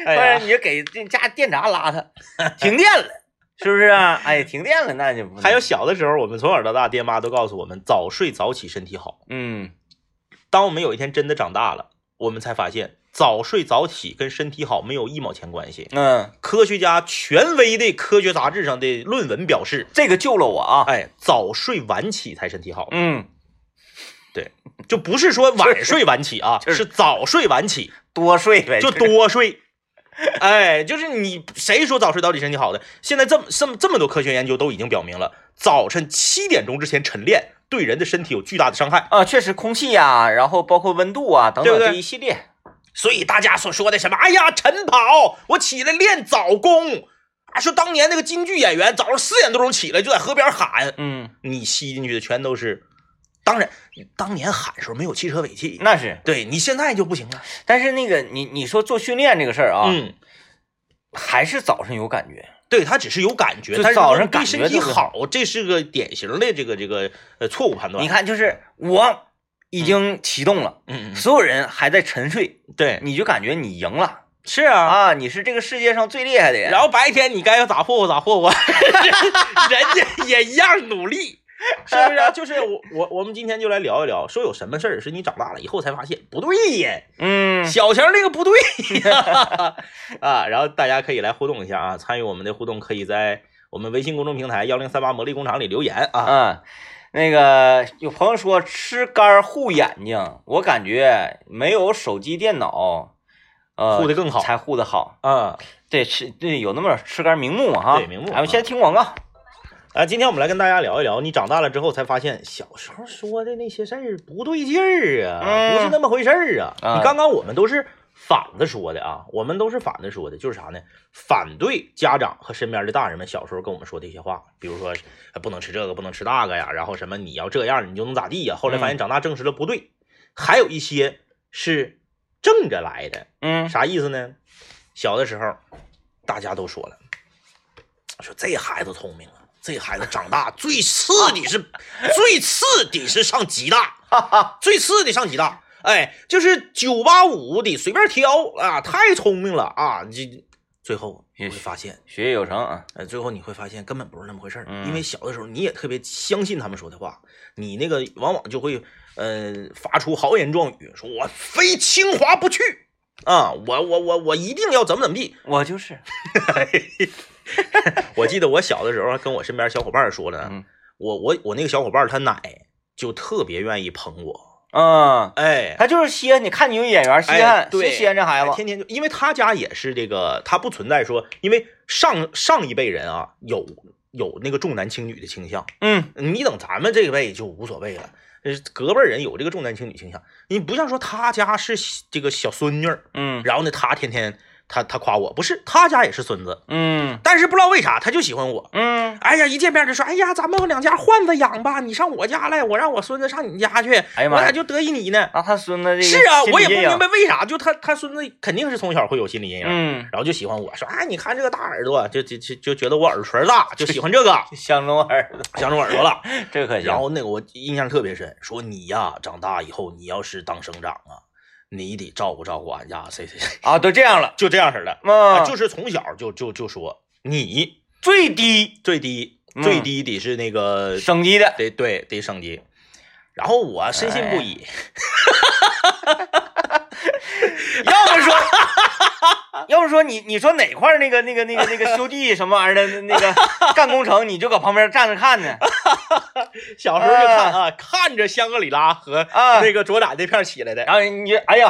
Speaker 2: 哎
Speaker 1: 然
Speaker 2: 呀，
Speaker 1: 你就给这家电闸拉 他，停电了，是不是啊？哎，停电了，那就不
Speaker 2: 还有，小的时候，我们从小到大，爹妈都告诉我们早睡早起身体好。
Speaker 1: 嗯，
Speaker 2: 当我们有一天真的长大了，我们才发现早睡早起跟身体好没有一毛钱关系。
Speaker 1: 嗯，
Speaker 2: 科学家权威的科学杂志上的论文表示，
Speaker 1: 这个救了我啊，
Speaker 2: 哎，早睡晚起才身体好，
Speaker 1: 嗯，
Speaker 2: 就不是说晚睡晚起啊，
Speaker 1: 就是
Speaker 2: 是早睡晚起，
Speaker 1: 多睡呗，
Speaker 2: 就多睡。哎，就是你谁说早睡早起身体好的？现在这么这么这么多科学研究都已经表明了，早晨七点钟之前晨练对人的身体有巨大的伤害。
Speaker 1: 啊，确实空气呀、啊然后包括温度啊等
Speaker 2: 对
Speaker 1: 等
Speaker 2: 不对
Speaker 1: 这一系列，
Speaker 2: 所以大家所说的什么，哎呀，晨跑，我起来练早功，啊，说当年那个京剧演员早上四点多钟起来就在河边喊，
Speaker 1: 嗯，
Speaker 2: 你吸进去的全都是，当然，当年喊的时候没有汽车尾气，
Speaker 1: 那是。
Speaker 2: 对你现在就不行了，
Speaker 1: 但是那个你你说做训练这个事儿啊，
Speaker 2: 嗯，
Speaker 1: 还是早上有感觉，
Speaker 2: 对他只是有感觉，
Speaker 1: 就
Speaker 2: 但是
Speaker 1: 早上
Speaker 2: 对
Speaker 1: 感
Speaker 2: 身体
Speaker 1: 觉特别好
Speaker 2: 好，这是个典型的这个这个呃错误判断，
Speaker 1: 你，看就是我已经启动了，
Speaker 2: 嗯，
Speaker 1: 所有人还在沉睡，
Speaker 2: 嗯对，
Speaker 1: 你就感觉你赢了
Speaker 2: 是啊。
Speaker 1: 啊，你是这个世界上最厉害的人。
Speaker 2: 然后白天你该咋霍霍咋霍霍， 人家也一样努力， 是不是啊、就是我我我们今天就来聊一聊，说有什么事儿是你长大了以后才发现不对呀，
Speaker 1: 嗯，
Speaker 2: 小强这个不对 呀啊。然后大家可以来互动一下啊，参与我们的互动，可以在我们微信公众平台幺零三八魔力工厂里留言啊。
Speaker 1: 嗯，那个有朋友说吃肝儿护眼睛，我感觉没有手机、电脑，呃，
Speaker 2: 护得更好
Speaker 1: 才护得好。
Speaker 2: 啊
Speaker 1: 对，吃对有那么点吃肝明目嘛哈，
Speaker 2: 对明目
Speaker 1: 咱们先听广告。
Speaker 2: 啊！今天我们来跟大家聊一聊，你长大了之后才发现小时候说的那些事儿不对劲儿啊，
Speaker 1: 嗯
Speaker 2: 不是那么回事儿啊。
Speaker 1: 啊
Speaker 2: 你刚刚我们都是反着说的啊，我们都是反着说的，就是啥呢？反对家长和身边的大人们小时候跟我们说的一些话，比如说呃不能吃这个，不能吃那个呀，然后什么你要这样，你就能咋地呀。后来
Speaker 1: 嗯
Speaker 2: 发现长大证实了不对，还有一些是正着来的，
Speaker 1: 嗯
Speaker 2: 啥意思呢？小的时候，大家都说了，说这孩子聪明啊，这孩子长大最次的是 最次的是上吉大， 最次的上吉大，哎，就是九八五的随便挑啊，太聪明了啊！这最后你
Speaker 1: 也
Speaker 2: 会
Speaker 1: 是
Speaker 2: 发现，
Speaker 1: 学业有成啊，
Speaker 2: 呃，最后你会发现根本不是那么回事儿，
Speaker 1: 嗯
Speaker 2: 因为小的时候你也特别相信他们说的话，你那个往往就会呃发出豪言壮语，说我非清华不去啊，我我我我一定要怎么怎么地。
Speaker 1: 我就是，
Speaker 2: 我记得我小的时候还跟我身边小伙伴儿说了，
Speaker 1: 嗯
Speaker 2: 我我我那个小伙伴儿他奶就特别愿意捧我，
Speaker 1: 嗯，
Speaker 2: 哎，
Speaker 1: 他就是稀罕你，看你有眼缘，稀
Speaker 2: 哎
Speaker 1: 罕，
Speaker 2: 对
Speaker 1: 谁稀罕这孩
Speaker 2: 哎
Speaker 1: 子？
Speaker 2: 天天就，因为他家也是这个，他不存在说，因为上上一辈人啊，有有那个重男轻女的倾向，
Speaker 1: 嗯
Speaker 2: 你等咱们这一辈就无所谓了，呃，隔辈人有这个重男轻女倾向，你不像说他家是这个小孙女儿，
Speaker 1: 嗯
Speaker 2: 然后呢，他天天他他夸我，不是他家也是孙子，
Speaker 1: 嗯
Speaker 2: 但是不知道为啥他就喜欢我。
Speaker 1: 嗯，
Speaker 2: 哎呀，一见面就说，哎呀，咱们两家换着养吧，你上我家来，我让我孙子上你家去，
Speaker 1: 哎呀妈
Speaker 2: 我
Speaker 1: 呀
Speaker 2: 俩就得意你呢。
Speaker 1: 那他孙子这个
Speaker 2: 是啊，
Speaker 1: 心
Speaker 2: 我
Speaker 1: 理
Speaker 2: 也不
Speaker 1: 阴影
Speaker 2: 明白，为啥，就他他孙子肯定是从小会有心理阴影，
Speaker 1: 嗯，
Speaker 2: 然后就喜欢我说，哎，你看这个大耳朵，就就就就觉得我耳垂大，就喜欢这个，
Speaker 1: 相中儿子，
Speaker 2: 想着我耳朵了。
Speaker 1: 这可行
Speaker 2: 然。后那个我印象特别深，说你呀，长大以后你要是当省长啊，你得照顾照顾俺家谁谁谁，
Speaker 1: 啊，都这样了，
Speaker 2: 就这样式的，
Speaker 1: 啊，
Speaker 2: 啊就是从小就就就说你
Speaker 1: 最低
Speaker 2: 最低
Speaker 1: 嗯
Speaker 2: 最低得是那个
Speaker 1: 省级的，
Speaker 2: 得对得升级。然后我深信
Speaker 1: 哎
Speaker 2: 不疑，
Speaker 1: 要么说， 要不说你你说哪块儿那个那个那个那个修地什么玩意儿的那个干工程，你就搁旁边站着看呢
Speaker 2: 小时候就看啊，看着香格里拉和
Speaker 1: 啊，
Speaker 2: 那个卓展那片儿起来的，
Speaker 1: 然后你就哎 呀，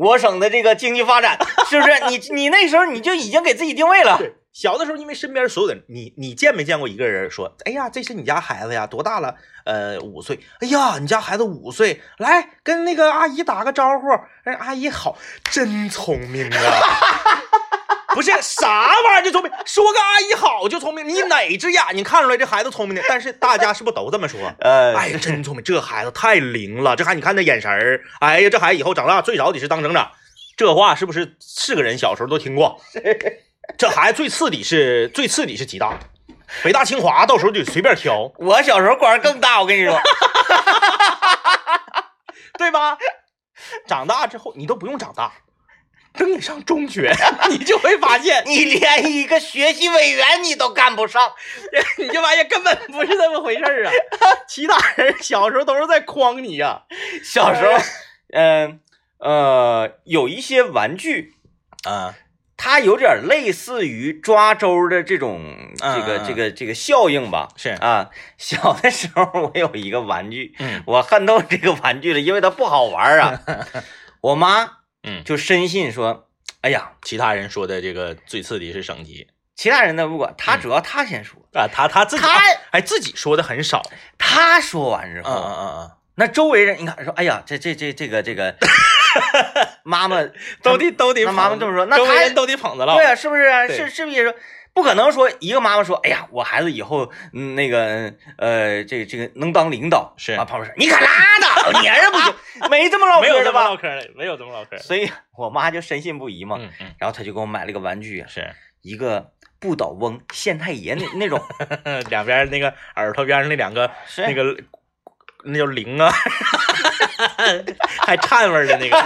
Speaker 1: 我省的这个经济发展是不是？你你那时候你就已经给自己定位了，
Speaker 2: 对，小的时候，因为身边所有的人，你你见没见过一个人说，哎呀，这是你家孩子呀，多大了？呃，五岁。哎呀，你家孩子五岁，来跟那个阿姨打个招呼。哎，阿姨好，真聪明啊！ 不是啥玩意儿就聪明，说个阿姨好就聪明，你哪只眼睛看出来这孩子聪明的？但是大家是不是都这么说？
Speaker 1: 呃，
Speaker 2: 哎，真聪明，这孩子太灵了，这孩子你看那眼神儿，哎呀，这孩子以后长大最少得是当省长，这话是不是是个人小时候都听过？这孩子最次底是最次底是吉大，北大清华到时候就随便挑，
Speaker 1: 我小时候官儿更大，我跟 你说，
Speaker 2: 对吧？长大之后你都不用长大，等你上中学，你 就会发现，
Speaker 1: 你连一个学习委员你都干不上，
Speaker 2: 你就发现根本不是这么回事儿啊！其他人小时候都是在诓你呀、
Speaker 1: 小时候，
Speaker 2: 哎
Speaker 1: 嗯呃有一些玩具，
Speaker 2: 啊，
Speaker 1: 它有点类似于抓周的这种这个、
Speaker 2: 嗯嗯嗯
Speaker 1: 这个这个效应吧。
Speaker 2: 是，
Speaker 1: 啊，小的时候我有一个玩具，
Speaker 2: 嗯
Speaker 1: 我恨透这个玩具了，因为它不好玩 啊。我妈
Speaker 2: 嗯，
Speaker 1: 就深信说，哎呀，
Speaker 2: 其他人说的这个最次底是省级。
Speaker 1: 其他人的不管，她主要她先说，
Speaker 2: 啊，他他自己
Speaker 1: 他
Speaker 2: 哎自己说的很少，
Speaker 1: 她说完之后，
Speaker 2: 嗯嗯，
Speaker 1: 那周围人你看说，哎呀，这这这这个这 个，妈妈
Speaker 2: 都得都得
Speaker 1: 那
Speaker 2: 捧
Speaker 1: 妈妈这么说那
Speaker 2: 周围
Speaker 1: 他
Speaker 2: 人都得捧着了，
Speaker 1: 对啊，是不是啊？
Speaker 2: 对
Speaker 1: 是是不是说？不可能说一个妈妈说，哎呀，我孩子以后、嗯、那个呃，这个这个能当领导
Speaker 2: 是
Speaker 1: 啊，旁边说你可拉倒，你儿子不 行，没这么唠
Speaker 2: 没有
Speaker 1: 嗑的
Speaker 2: 这么
Speaker 1: 吧？
Speaker 2: 唠嗑的，没有这么唠嗑的，
Speaker 1: 所以我妈就深信不疑嘛，
Speaker 2: 嗯嗯，
Speaker 1: 然后她就给我买了个玩具啊，
Speaker 2: 是
Speaker 1: 一个不倒翁县太爷那那种，
Speaker 2: 两边那个耳朵边上那两个
Speaker 1: 是
Speaker 2: 那个那叫铃啊， 还颤味儿的 那个，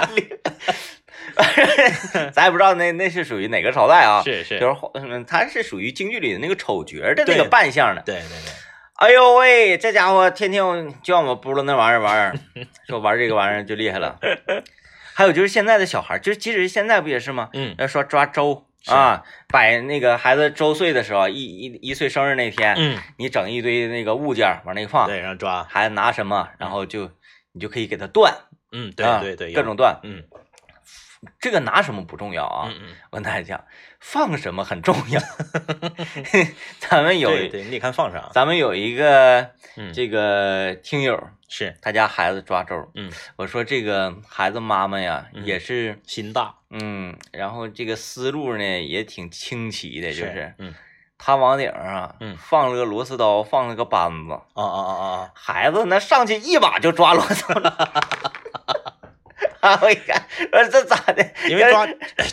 Speaker 1: 咱也不知道那那是属于哪个朝代啊，
Speaker 2: 是是，
Speaker 1: 就是后嗯，它是属于京剧里的那个丑角的那
Speaker 2: 对
Speaker 1: 个扮相的。
Speaker 2: 对对对，
Speaker 1: 哎呦喂，这家伙天天就让我拨弄那玩意儿玩儿， 说玩这个玩意儿就厉害了。还有就是现在的小孩儿，就是即使是现在不也是吗？
Speaker 2: 嗯
Speaker 1: 要说抓周啊，摆那个孩子周岁的时候，一一一岁生日那天，
Speaker 2: 嗯，
Speaker 1: 你整一堆那个物件儿往那一放，
Speaker 2: 对，然后抓，
Speaker 1: 孩子拿什么，然后就你就可以给他断，
Speaker 2: 嗯，对
Speaker 1: 啊
Speaker 2: 对对，
Speaker 1: 各
Speaker 2: 有，
Speaker 1: 种断。
Speaker 2: 嗯
Speaker 1: 这个拿什么不重要啊，
Speaker 2: 嗯嗯，
Speaker 1: 我跟大家讲，放什么很重 要。 咱们有
Speaker 2: 对对，你得看放啥，
Speaker 1: 咱们有一个
Speaker 2: 嗯，
Speaker 1: 这个听友。
Speaker 2: 是
Speaker 1: 他家孩子抓周，
Speaker 2: 嗯，
Speaker 1: 我说这个孩子妈妈呀，
Speaker 2: 嗯
Speaker 1: 也是，
Speaker 2: 心大，
Speaker 1: 嗯，然后这个思路呢也挺清奇的，就是
Speaker 2: 嗯，
Speaker 1: 他往顶上啊，
Speaker 2: 嗯
Speaker 1: 放了个螺丝刀，放了个扳子，
Speaker 2: 啊啊啊啊啊，
Speaker 1: 孩子那上去一把就抓螺丝刀 了，啊，我一看，我说这咋的？
Speaker 2: 因为抓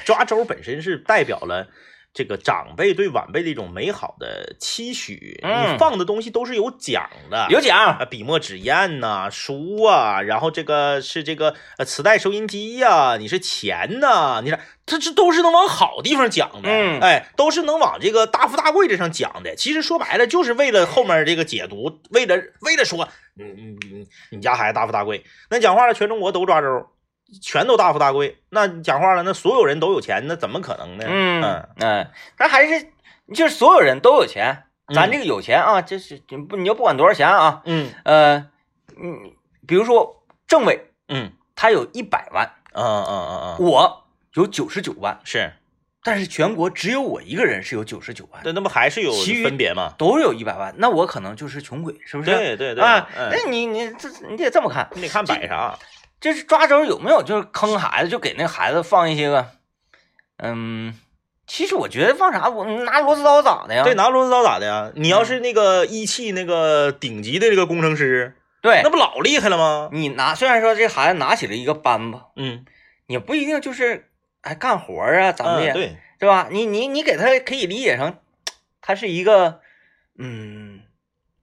Speaker 2: 抓 周本身是代表了这个长辈对晚辈的一种美好的期许，
Speaker 1: 嗯
Speaker 2: 你放的东西都是有奖的，
Speaker 1: 有奖，
Speaker 2: 啊笔墨纸砚呐、书啊，然后这个是这个呃磁带收音机呀、你是钱呐、你看这这都是能往好地方讲的，
Speaker 1: 嗯
Speaker 2: 哎，都是能往这个大富大贵这上讲的。其实说白了，就是为了后面这个解读，为了为了说，你你你你家孩子大富大贵，那讲话了，全中国都抓周，全都大富大贵，那讲话了，那所有人都有钱，那怎么可能呢？
Speaker 1: 嗯嗯，他还是就是所有人都有钱，咱这个有钱啊，这是你不你就不管多少钱啊，
Speaker 2: 嗯
Speaker 1: 呃，嗯，比如说政委。
Speaker 2: 嗯
Speaker 1: 他有一百万，
Speaker 2: 嗯嗯嗯嗯，
Speaker 1: 我有九十九万，
Speaker 2: 是，
Speaker 1: 但是全国只有我一个人是有九十九万，
Speaker 2: 那那不还是有
Speaker 1: 其余
Speaker 2: 分别吗？
Speaker 1: 都有一百万，那我可能就是穷鬼，是不是？
Speaker 2: 对对对
Speaker 1: 啊，
Speaker 2: 嗯
Speaker 1: 那你你这你得这么看，
Speaker 2: 你得看摆啥，啊
Speaker 1: 就是抓周有没有就是坑孩子，就给那孩子放一些个，嗯，其实我觉得放啥，我拿螺丝刀咋的呀？
Speaker 2: 对，拿螺丝刀咋的呀？你要
Speaker 1: 嗯
Speaker 2: 是那个一汽那个顶级的这个工程师，
Speaker 1: 对
Speaker 2: 那，不老厉害了吗？
Speaker 1: 你拿虽然说这孩子拿起了一个扳子，
Speaker 2: 嗯，
Speaker 1: 也不一定就是哎干活啊，咋
Speaker 2: 嗯
Speaker 1: 的呀？
Speaker 2: 对，
Speaker 1: 对吧？你你你给他可以理解成，他是一个嗯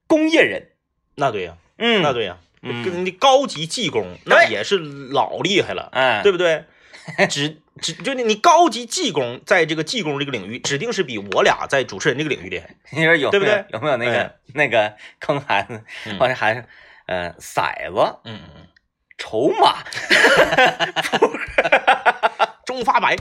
Speaker 1: 工业人，
Speaker 2: 那对呀，
Speaker 1: 嗯，
Speaker 2: 那对呀，
Speaker 1: 嗯
Speaker 2: 跟你高级技工那也是老厉害了，
Speaker 1: 哎，
Speaker 2: 对不对？只只就你你高级技工在这个技工这个领域，指定是比我俩在主持人这个领域厉害。
Speaker 1: 你说有
Speaker 2: 对不对
Speaker 1: 没有有没有那个、
Speaker 2: 哎
Speaker 1: 那个坑孩子
Speaker 2: 嗯，
Speaker 1: 往这孩子，呃，骰子、
Speaker 2: 嗯嗯嗯，
Speaker 1: 筹码，
Speaker 2: 周中发白，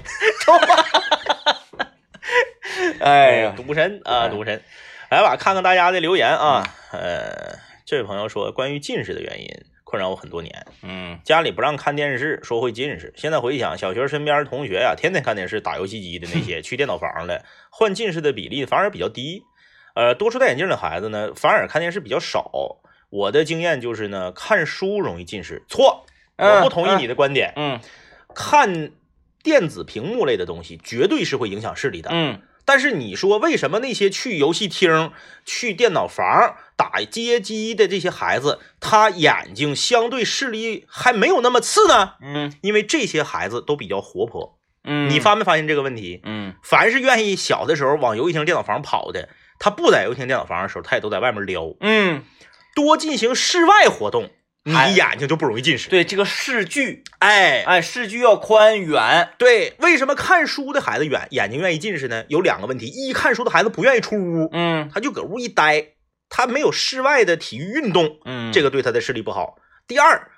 Speaker 1: 哎呀，嗯
Speaker 2: 赌神啊，
Speaker 1: 哎
Speaker 2: 赌神，来吧，看看大家的留言啊。呃，这位朋友说，关于近视的原因困扰我很多年，
Speaker 1: 嗯，
Speaker 2: 家里不让看电视，说会近视。现在回想，小学身边同学呀、天天看电视、打游戏机的那些，去电脑房的，患近视的比例反而比较低。呃，多数戴眼镜的孩子呢，反而看电视比较少。我的经验就是呢，看书容易近视。错，我
Speaker 1: 嗯
Speaker 2: 不同意
Speaker 1: 嗯
Speaker 2: 你的观点。
Speaker 1: 嗯
Speaker 2: 看电子屏幕类的东西，绝对是会影响视力的。
Speaker 1: 嗯
Speaker 2: 但是你说为什么那些去游戏厅、去电脑房打街机的这些孩子，他眼睛相对视力还没有那么次呢？
Speaker 1: 嗯
Speaker 2: 因为这些孩子都比较活泼。
Speaker 1: 嗯，
Speaker 2: 你发没发现这个问题？
Speaker 1: 嗯
Speaker 2: 凡是愿意小的时候往游戏厅、电脑房跑的，他不在游戏厅、电脑房的时候，他也都在外面撩。
Speaker 1: 嗯，
Speaker 2: 多进行室外活动，你
Speaker 1: 哎
Speaker 2: 眼睛就不容易近视。
Speaker 1: 对这个视距，
Speaker 2: 哎，
Speaker 1: 哎，视距要宽远，
Speaker 2: 对，为什么看书的孩子远眼睛愿意近视呢？有两个问题：一，看书的孩子不愿意出屋，
Speaker 1: 嗯
Speaker 2: 他就搁屋一待，他没有室外的体育运动，
Speaker 1: 嗯，
Speaker 2: 这个对他的视力不好。第二，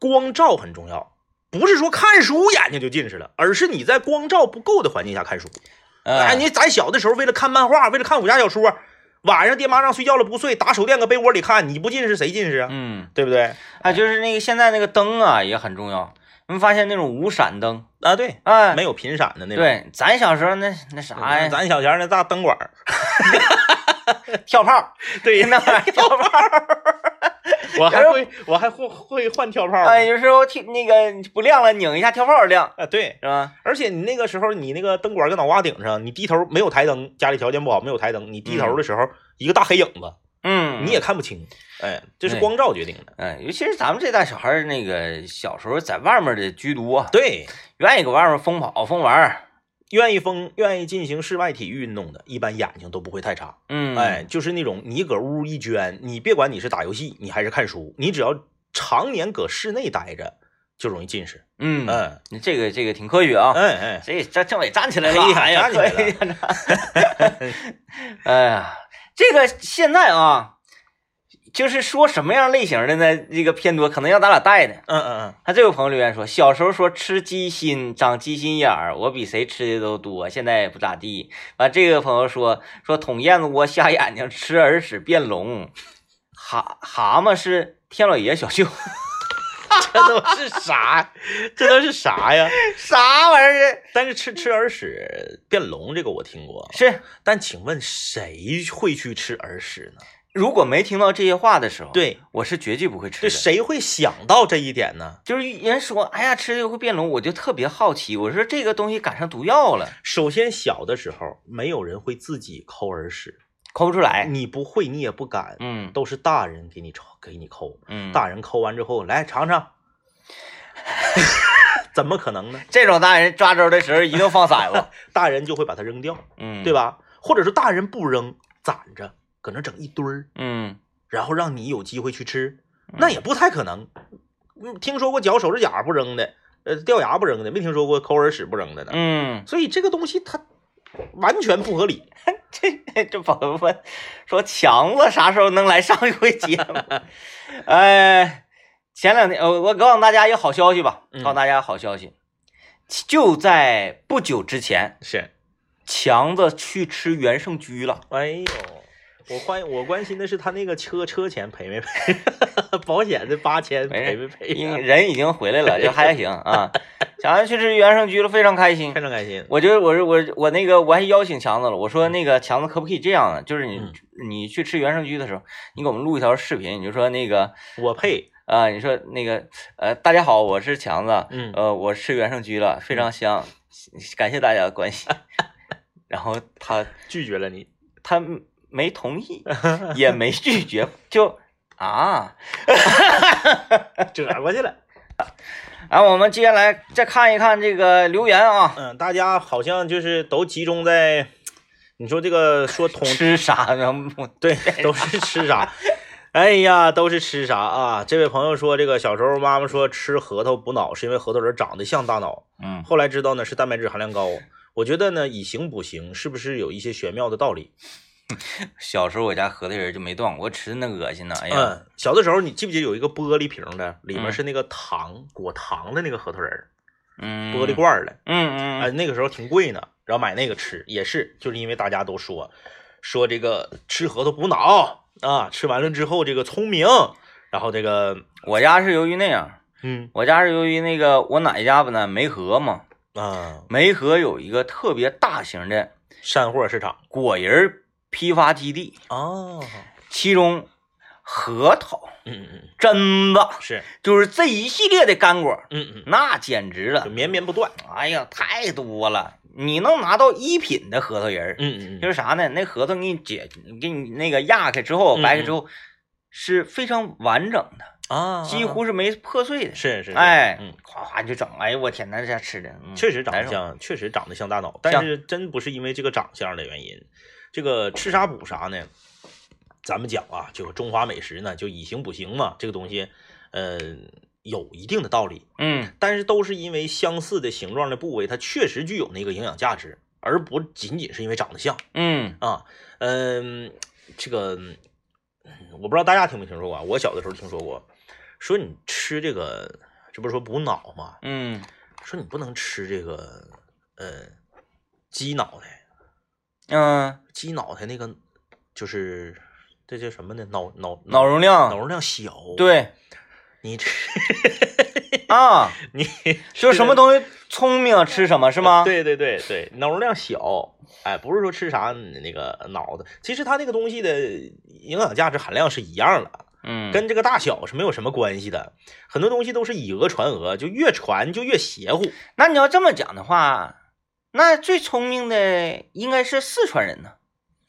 Speaker 2: 光照很重要，不是说看书眼睛就近视了，而是你在光照不够的环境下看书。哎，
Speaker 1: 哎
Speaker 2: 你咱小的时候为了看漫画，为了看武侠小说，晚上爹妈让睡觉了不睡，打手电搁被窝里看，你不近视谁近视啊？
Speaker 1: 嗯，
Speaker 2: 对不对？
Speaker 1: 啊，就是那个现在那个灯啊也很重要，你们发现那种无闪灯，
Speaker 2: 啊，对，
Speaker 1: 哎，
Speaker 2: 没有频闪的那种。
Speaker 1: 对，哎咱小时候那那啥呀，
Speaker 2: 咱小前儿那大灯管儿，
Speaker 1: 跳炮，
Speaker 2: 对
Speaker 1: 那玩意儿跳炮，
Speaker 2: 我还
Speaker 1: 哎然后
Speaker 2: 会，我还会会换跳炮呢。
Speaker 1: 哎，有时候听那个不亮了，拧一下跳炮亮，
Speaker 2: 啊，对，
Speaker 1: 是吧？
Speaker 2: 而且你那个时候，你那个灯管搁脑瓜顶上，你低头没有台灯，家里条件不好，没有台灯，你低头的时候、一个大黑影子，
Speaker 1: 嗯，
Speaker 2: 你也看不清。哎，这是
Speaker 1: 对
Speaker 2: 光照决定的。
Speaker 1: 哎，尤其是咱们这代小孩儿，那个小时候在外面的居多啊，
Speaker 2: 对，
Speaker 1: 愿意搁外面疯跑疯玩儿。
Speaker 2: 愿意风愿意进行室外体育运动的，一般眼睛都不会太差。
Speaker 1: 嗯，
Speaker 2: 哎，，就是那种你搁屋一圈，你别管你是打游戏，你还是看书，你只要常年搁室内待着，就容易近视。
Speaker 1: 嗯，
Speaker 2: 嗯，
Speaker 1: 这个这个挺科学啊。
Speaker 2: 哎哎，
Speaker 1: 这这政委站起来了，
Speaker 2: 哎呀
Speaker 1: 哎呀，
Speaker 2: 站起来了
Speaker 1: 可以呀，那哎呀，这个现在啊，就是说什么样类型的呢？这个偏多，可能让咱俩带的。
Speaker 2: 嗯嗯嗯，
Speaker 1: 他这位朋友留言说，小时候说吃鸡心长鸡心眼儿，我比谁吃的都多，现在也不咋地。完、这个朋友说说捅燕子窝瞎眼睛， 吃耳屎变聋，蛤蛤蟆是天老爷小舅，
Speaker 2: 这都是啥？这都是啥呀？
Speaker 1: 啥玩意儿？啊
Speaker 2: 但是吃吃耳屎变聋这个我听过，
Speaker 1: 是
Speaker 2: 但请问谁会去吃耳屎呢？哦
Speaker 1: 如果没听到这些话的时候，，
Speaker 2: 对
Speaker 1: 我是绝对不会吃
Speaker 2: 对，
Speaker 1: 的。
Speaker 2: 谁会想到这一点呢？
Speaker 1: 就是人说，哎呀，吃了会变聋，我就特别好奇，我说这个东西赶上毒药了，
Speaker 2: 首先，小的时候没有人会自己抠耳屎，
Speaker 1: 抠不出来。
Speaker 2: 你不会，你也不敢，
Speaker 1: 嗯
Speaker 2: 都是大人给你抽，给你抠。
Speaker 1: 嗯，
Speaker 2: 大人抠完之后，来尝 尝，怎么可能呢？
Speaker 1: 这种大人抓周的时候一定放骰 子，
Speaker 2: 大人就会把它扔掉，
Speaker 1: 嗯，
Speaker 2: 对
Speaker 1: 吧？
Speaker 2: 吧？或者说大人不扔，攒着，搁那整一堆儿，
Speaker 1: 嗯
Speaker 2: 然后让你有机会去吃，那也不太可能。嗯，听说过嚼手指甲不扔的，呃，掉牙不扔的，没听说过抠耳屎不扔的呢。
Speaker 1: 嗯，
Speaker 2: 所以这个东西它完全不合理。
Speaker 1: 这这朋友问说强子啥时候能来上一回节目？ 哎，前两天呃，我告诉大家一个好消息吧，
Speaker 2: 嗯
Speaker 1: 告诉大家好消息，就在不久之前，
Speaker 2: 是，
Speaker 1: 强子去吃元盛居了。
Speaker 2: 哎呦，我关我关心的是他那个车车钱赔没赔， 保险的八千赔没赔
Speaker 1: 因
Speaker 2: 哎呀、
Speaker 1: 为人已经回来了，就还行啊。强子去吃原生居了，非常开心
Speaker 2: 非。常开心。
Speaker 1: 我就我是我我那个我还邀请强子了，我
Speaker 2: 嗯
Speaker 1: 说那个强子可不可以这样呢？就是你、你去吃原生居的时候，你给我们录一条视频，你就说那个
Speaker 2: 我配，
Speaker 1: 啊、你说那个呃，大家好，我是强子，
Speaker 2: 嗯
Speaker 1: 呃，我吃原生居了，非常香，感谢大家的关心。 然后他
Speaker 2: 拒绝了你。
Speaker 1: 他没同意， 也没拒绝，就啊。
Speaker 2: 折过去了，
Speaker 1: 啊，我们接下来再看一看这个留言啊，
Speaker 2: 嗯，大家好像就是都集中在，你说这个 说统
Speaker 1: 吃啥呢？我
Speaker 2: 对，都是吃啥。哎呀，都是吃啥啊？这位朋友说，这个小时候妈妈说吃核桃补脑，是因为核桃仁长得像大脑，
Speaker 1: 嗯
Speaker 2: 后来知道呢是蛋白质含量高。我觉得呢，以形补形，是不是有一些玄妙的道理？
Speaker 1: 小时候我家核桃仁就没断过，我吃那恶心呢，哎呀，
Speaker 2: 嗯，小的时候你记不记得有一个玻璃瓶的，里面
Speaker 1: 嗯
Speaker 2: 是那个糖果糖的那个核桃仁儿？
Speaker 1: 嗯，
Speaker 2: 玻璃，罐儿的，
Speaker 1: 嗯
Speaker 2: 哎、
Speaker 1: 嗯
Speaker 2: 那个时候挺贵呢，然后买那个吃也是，就是因为大家都说说这个吃核桃补脑啊，吃完了之后这个聪明，然后这个
Speaker 1: 我家是由于那样，
Speaker 2: 嗯
Speaker 1: 我家是由于那个我奶家不呢梅河嘛，
Speaker 2: 啊，
Speaker 1: 梅河有一个特别大型的
Speaker 2: 山货市场
Speaker 1: 果仁儿批发基地，
Speaker 2: 哦，
Speaker 1: 其中核桃、
Speaker 2: 嗯嗯
Speaker 1: 榛子，
Speaker 2: 嗯，是，
Speaker 1: 就是这一系列的干果，
Speaker 2: 嗯嗯，
Speaker 1: 那简直
Speaker 2: 就
Speaker 1: 了，
Speaker 2: 绵绵不断，
Speaker 1: 哎呀，太多了！你能拿到一品的核桃仁儿，
Speaker 2: 嗯嗯
Speaker 1: 就是啥呢？那核桃给你解，给你那个压开之后，
Speaker 2: 嗯
Speaker 1: 掰开之后是非常完整的，
Speaker 2: 嗯啊，
Speaker 1: 几乎是没破碎的。
Speaker 2: 是是，是
Speaker 1: 哎
Speaker 2: 嗯。，
Speaker 1: 夸夸就整，哎呦我天，那家吃的嗯
Speaker 2: 确实长
Speaker 1: 难
Speaker 2: 得
Speaker 1: 受
Speaker 2: 像，确实长得像大脑，但
Speaker 1: 像
Speaker 2: 是真不是因为这个长相的原因。这个吃啥补啥呢？咱们讲啊，就中华美食呢，就以形补形嘛，这个东西，呃，有一定的道理，
Speaker 1: 嗯，
Speaker 2: 但是都是因为相似的形状的部位，它确实具有那个营养价值，而不仅仅是因为长得像
Speaker 1: 嗯
Speaker 2: 啊。嗯、这个嗯我不知道大家听没听说过啊，我小的时候听说过，说你吃这个，这不是说补脑吗？
Speaker 1: 嗯，
Speaker 2: 说你不能吃这个，呃，鸡脑袋，
Speaker 1: 嗯，
Speaker 2: 鸡脑袋那个就是这叫什么呢？脑脑
Speaker 1: 脑容
Speaker 2: 脑
Speaker 1: 量
Speaker 2: 容量小。，呃
Speaker 1: 对
Speaker 2: 你吃
Speaker 1: 啊，
Speaker 2: 你呃
Speaker 1: 就什么东西聪明吃什么是吗？，
Speaker 2: 对对对对，脑容量小，哎，不是说吃啥那个脑子，其实它那个东西的营养价值含量是一样的，
Speaker 1: 嗯，
Speaker 2: 跟这个大小是没有什么关系的。很多东西都是以讹传讹，就越传就越邪乎。
Speaker 1: 那你要这么讲的话，那最聪明的应该是四川人呢，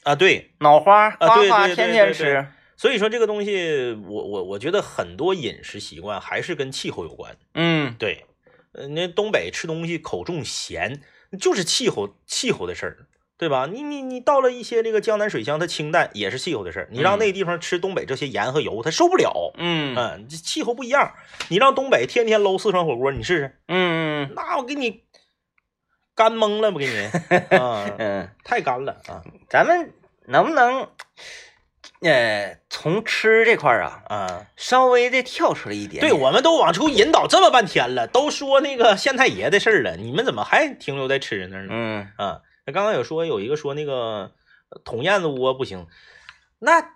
Speaker 2: 啊，对，
Speaker 1: 脑花花
Speaker 2: 啊对
Speaker 1: 花
Speaker 2: 对对
Speaker 1: 天天
Speaker 2: 对对
Speaker 1: 吃，
Speaker 2: 所以说这个东西，我我我觉得很多饮食习惯还是跟气候有关。
Speaker 1: 嗯
Speaker 2: 对，呃，那东北吃东西口重咸，就是气候气候的事儿，对吧？你你你到了一些这个江南水乡，它清淡也是气候的事儿。你让那地方吃东北这些盐和油，它受不了。
Speaker 1: 嗯嗯
Speaker 2: 嗯，这气候不一样。你让东北天天搂四川火锅，你试试，
Speaker 1: 嗯
Speaker 2: 那我给你干懵了，不给你啊，
Speaker 1: 嗯，
Speaker 2: 太干了啊
Speaker 1: 咱们能不能，呃，从吃这块儿啊，
Speaker 2: 啊！
Speaker 1: 稍微的跳出来一点
Speaker 2: 对，我们都往出引导这么半天了，都说那个县太爷的事儿了，你们怎么还停留在吃那儿呢？
Speaker 1: 嗯
Speaker 2: 啊，那刚刚有说有一个说那个呃捅燕子窝不行，那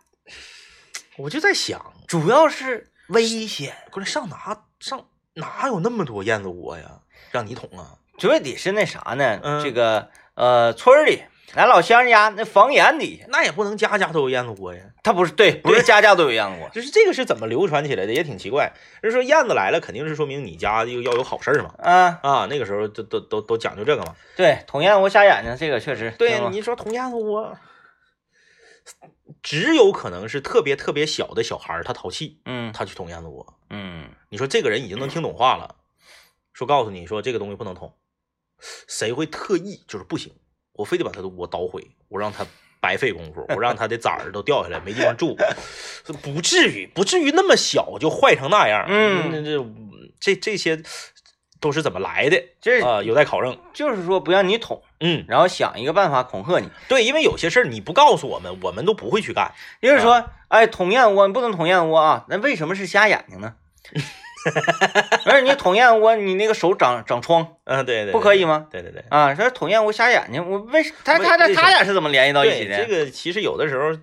Speaker 2: 我就在想，
Speaker 1: 主要是危险，
Speaker 2: 不是上哪上哪有那么多燕子窝呀？让你捅啊？
Speaker 1: 主要得是那啥呢，
Speaker 2: 嗯
Speaker 1: 这个呃村儿里。咱老乡家那房檐底下，
Speaker 2: 那也不能家家都有燕子窝呀。
Speaker 1: 他不是对，不是家家都有燕窝。
Speaker 2: 就是这个是怎么流传起来的，也挺奇怪。人说燕子来了，肯定是说明你家又要有好事儿嘛。
Speaker 1: 啊，
Speaker 2: 啊，那个时候都都都都讲究这个嘛。
Speaker 1: 对，捅燕窝瞎眼睛，这个确实。
Speaker 2: 对
Speaker 1: 听
Speaker 2: 呀，
Speaker 1: 过
Speaker 2: 你说捅燕子窝，只有可能是特别特别小的小孩儿，他淘气，
Speaker 1: 嗯
Speaker 2: 他去捅燕子窝。
Speaker 1: 嗯
Speaker 2: 你说这个人已经能听懂话了，说告诉你说这个东西不能捅，谁会特意就是不行，我非得把他的窝捣毁，我让他白费功夫，我让他的崽儿都掉下来没地方住，不至于不至于那么小就坏成那样。
Speaker 1: 嗯
Speaker 2: 那这这这些都是怎么来的
Speaker 1: 这
Speaker 2: 啊、有待考证。
Speaker 1: 就是说不让你捅，
Speaker 2: 嗯，
Speaker 1: 然后想一个办法恐吓你，
Speaker 2: 对，因为有些事儿你不告诉我们，我们都不会去干。
Speaker 1: 也就是说，哎，捅燕窝你不能捅燕窝啊，那为什么是瞎眼 睛呢？而你捅燕窝，你那个手长长疮
Speaker 2: 嗯，对对，
Speaker 1: 不可以吗？
Speaker 2: 对？对对对。
Speaker 1: 啊，说捅燕窝瞎眼睛，我为他
Speaker 2: 为
Speaker 1: 他他
Speaker 2: 为什
Speaker 1: 他
Speaker 2: 么
Speaker 1: 俩是怎么联系到一起
Speaker 2: 对，
Speaker 1: 的？
Speaker 2: 这个其实有的时候，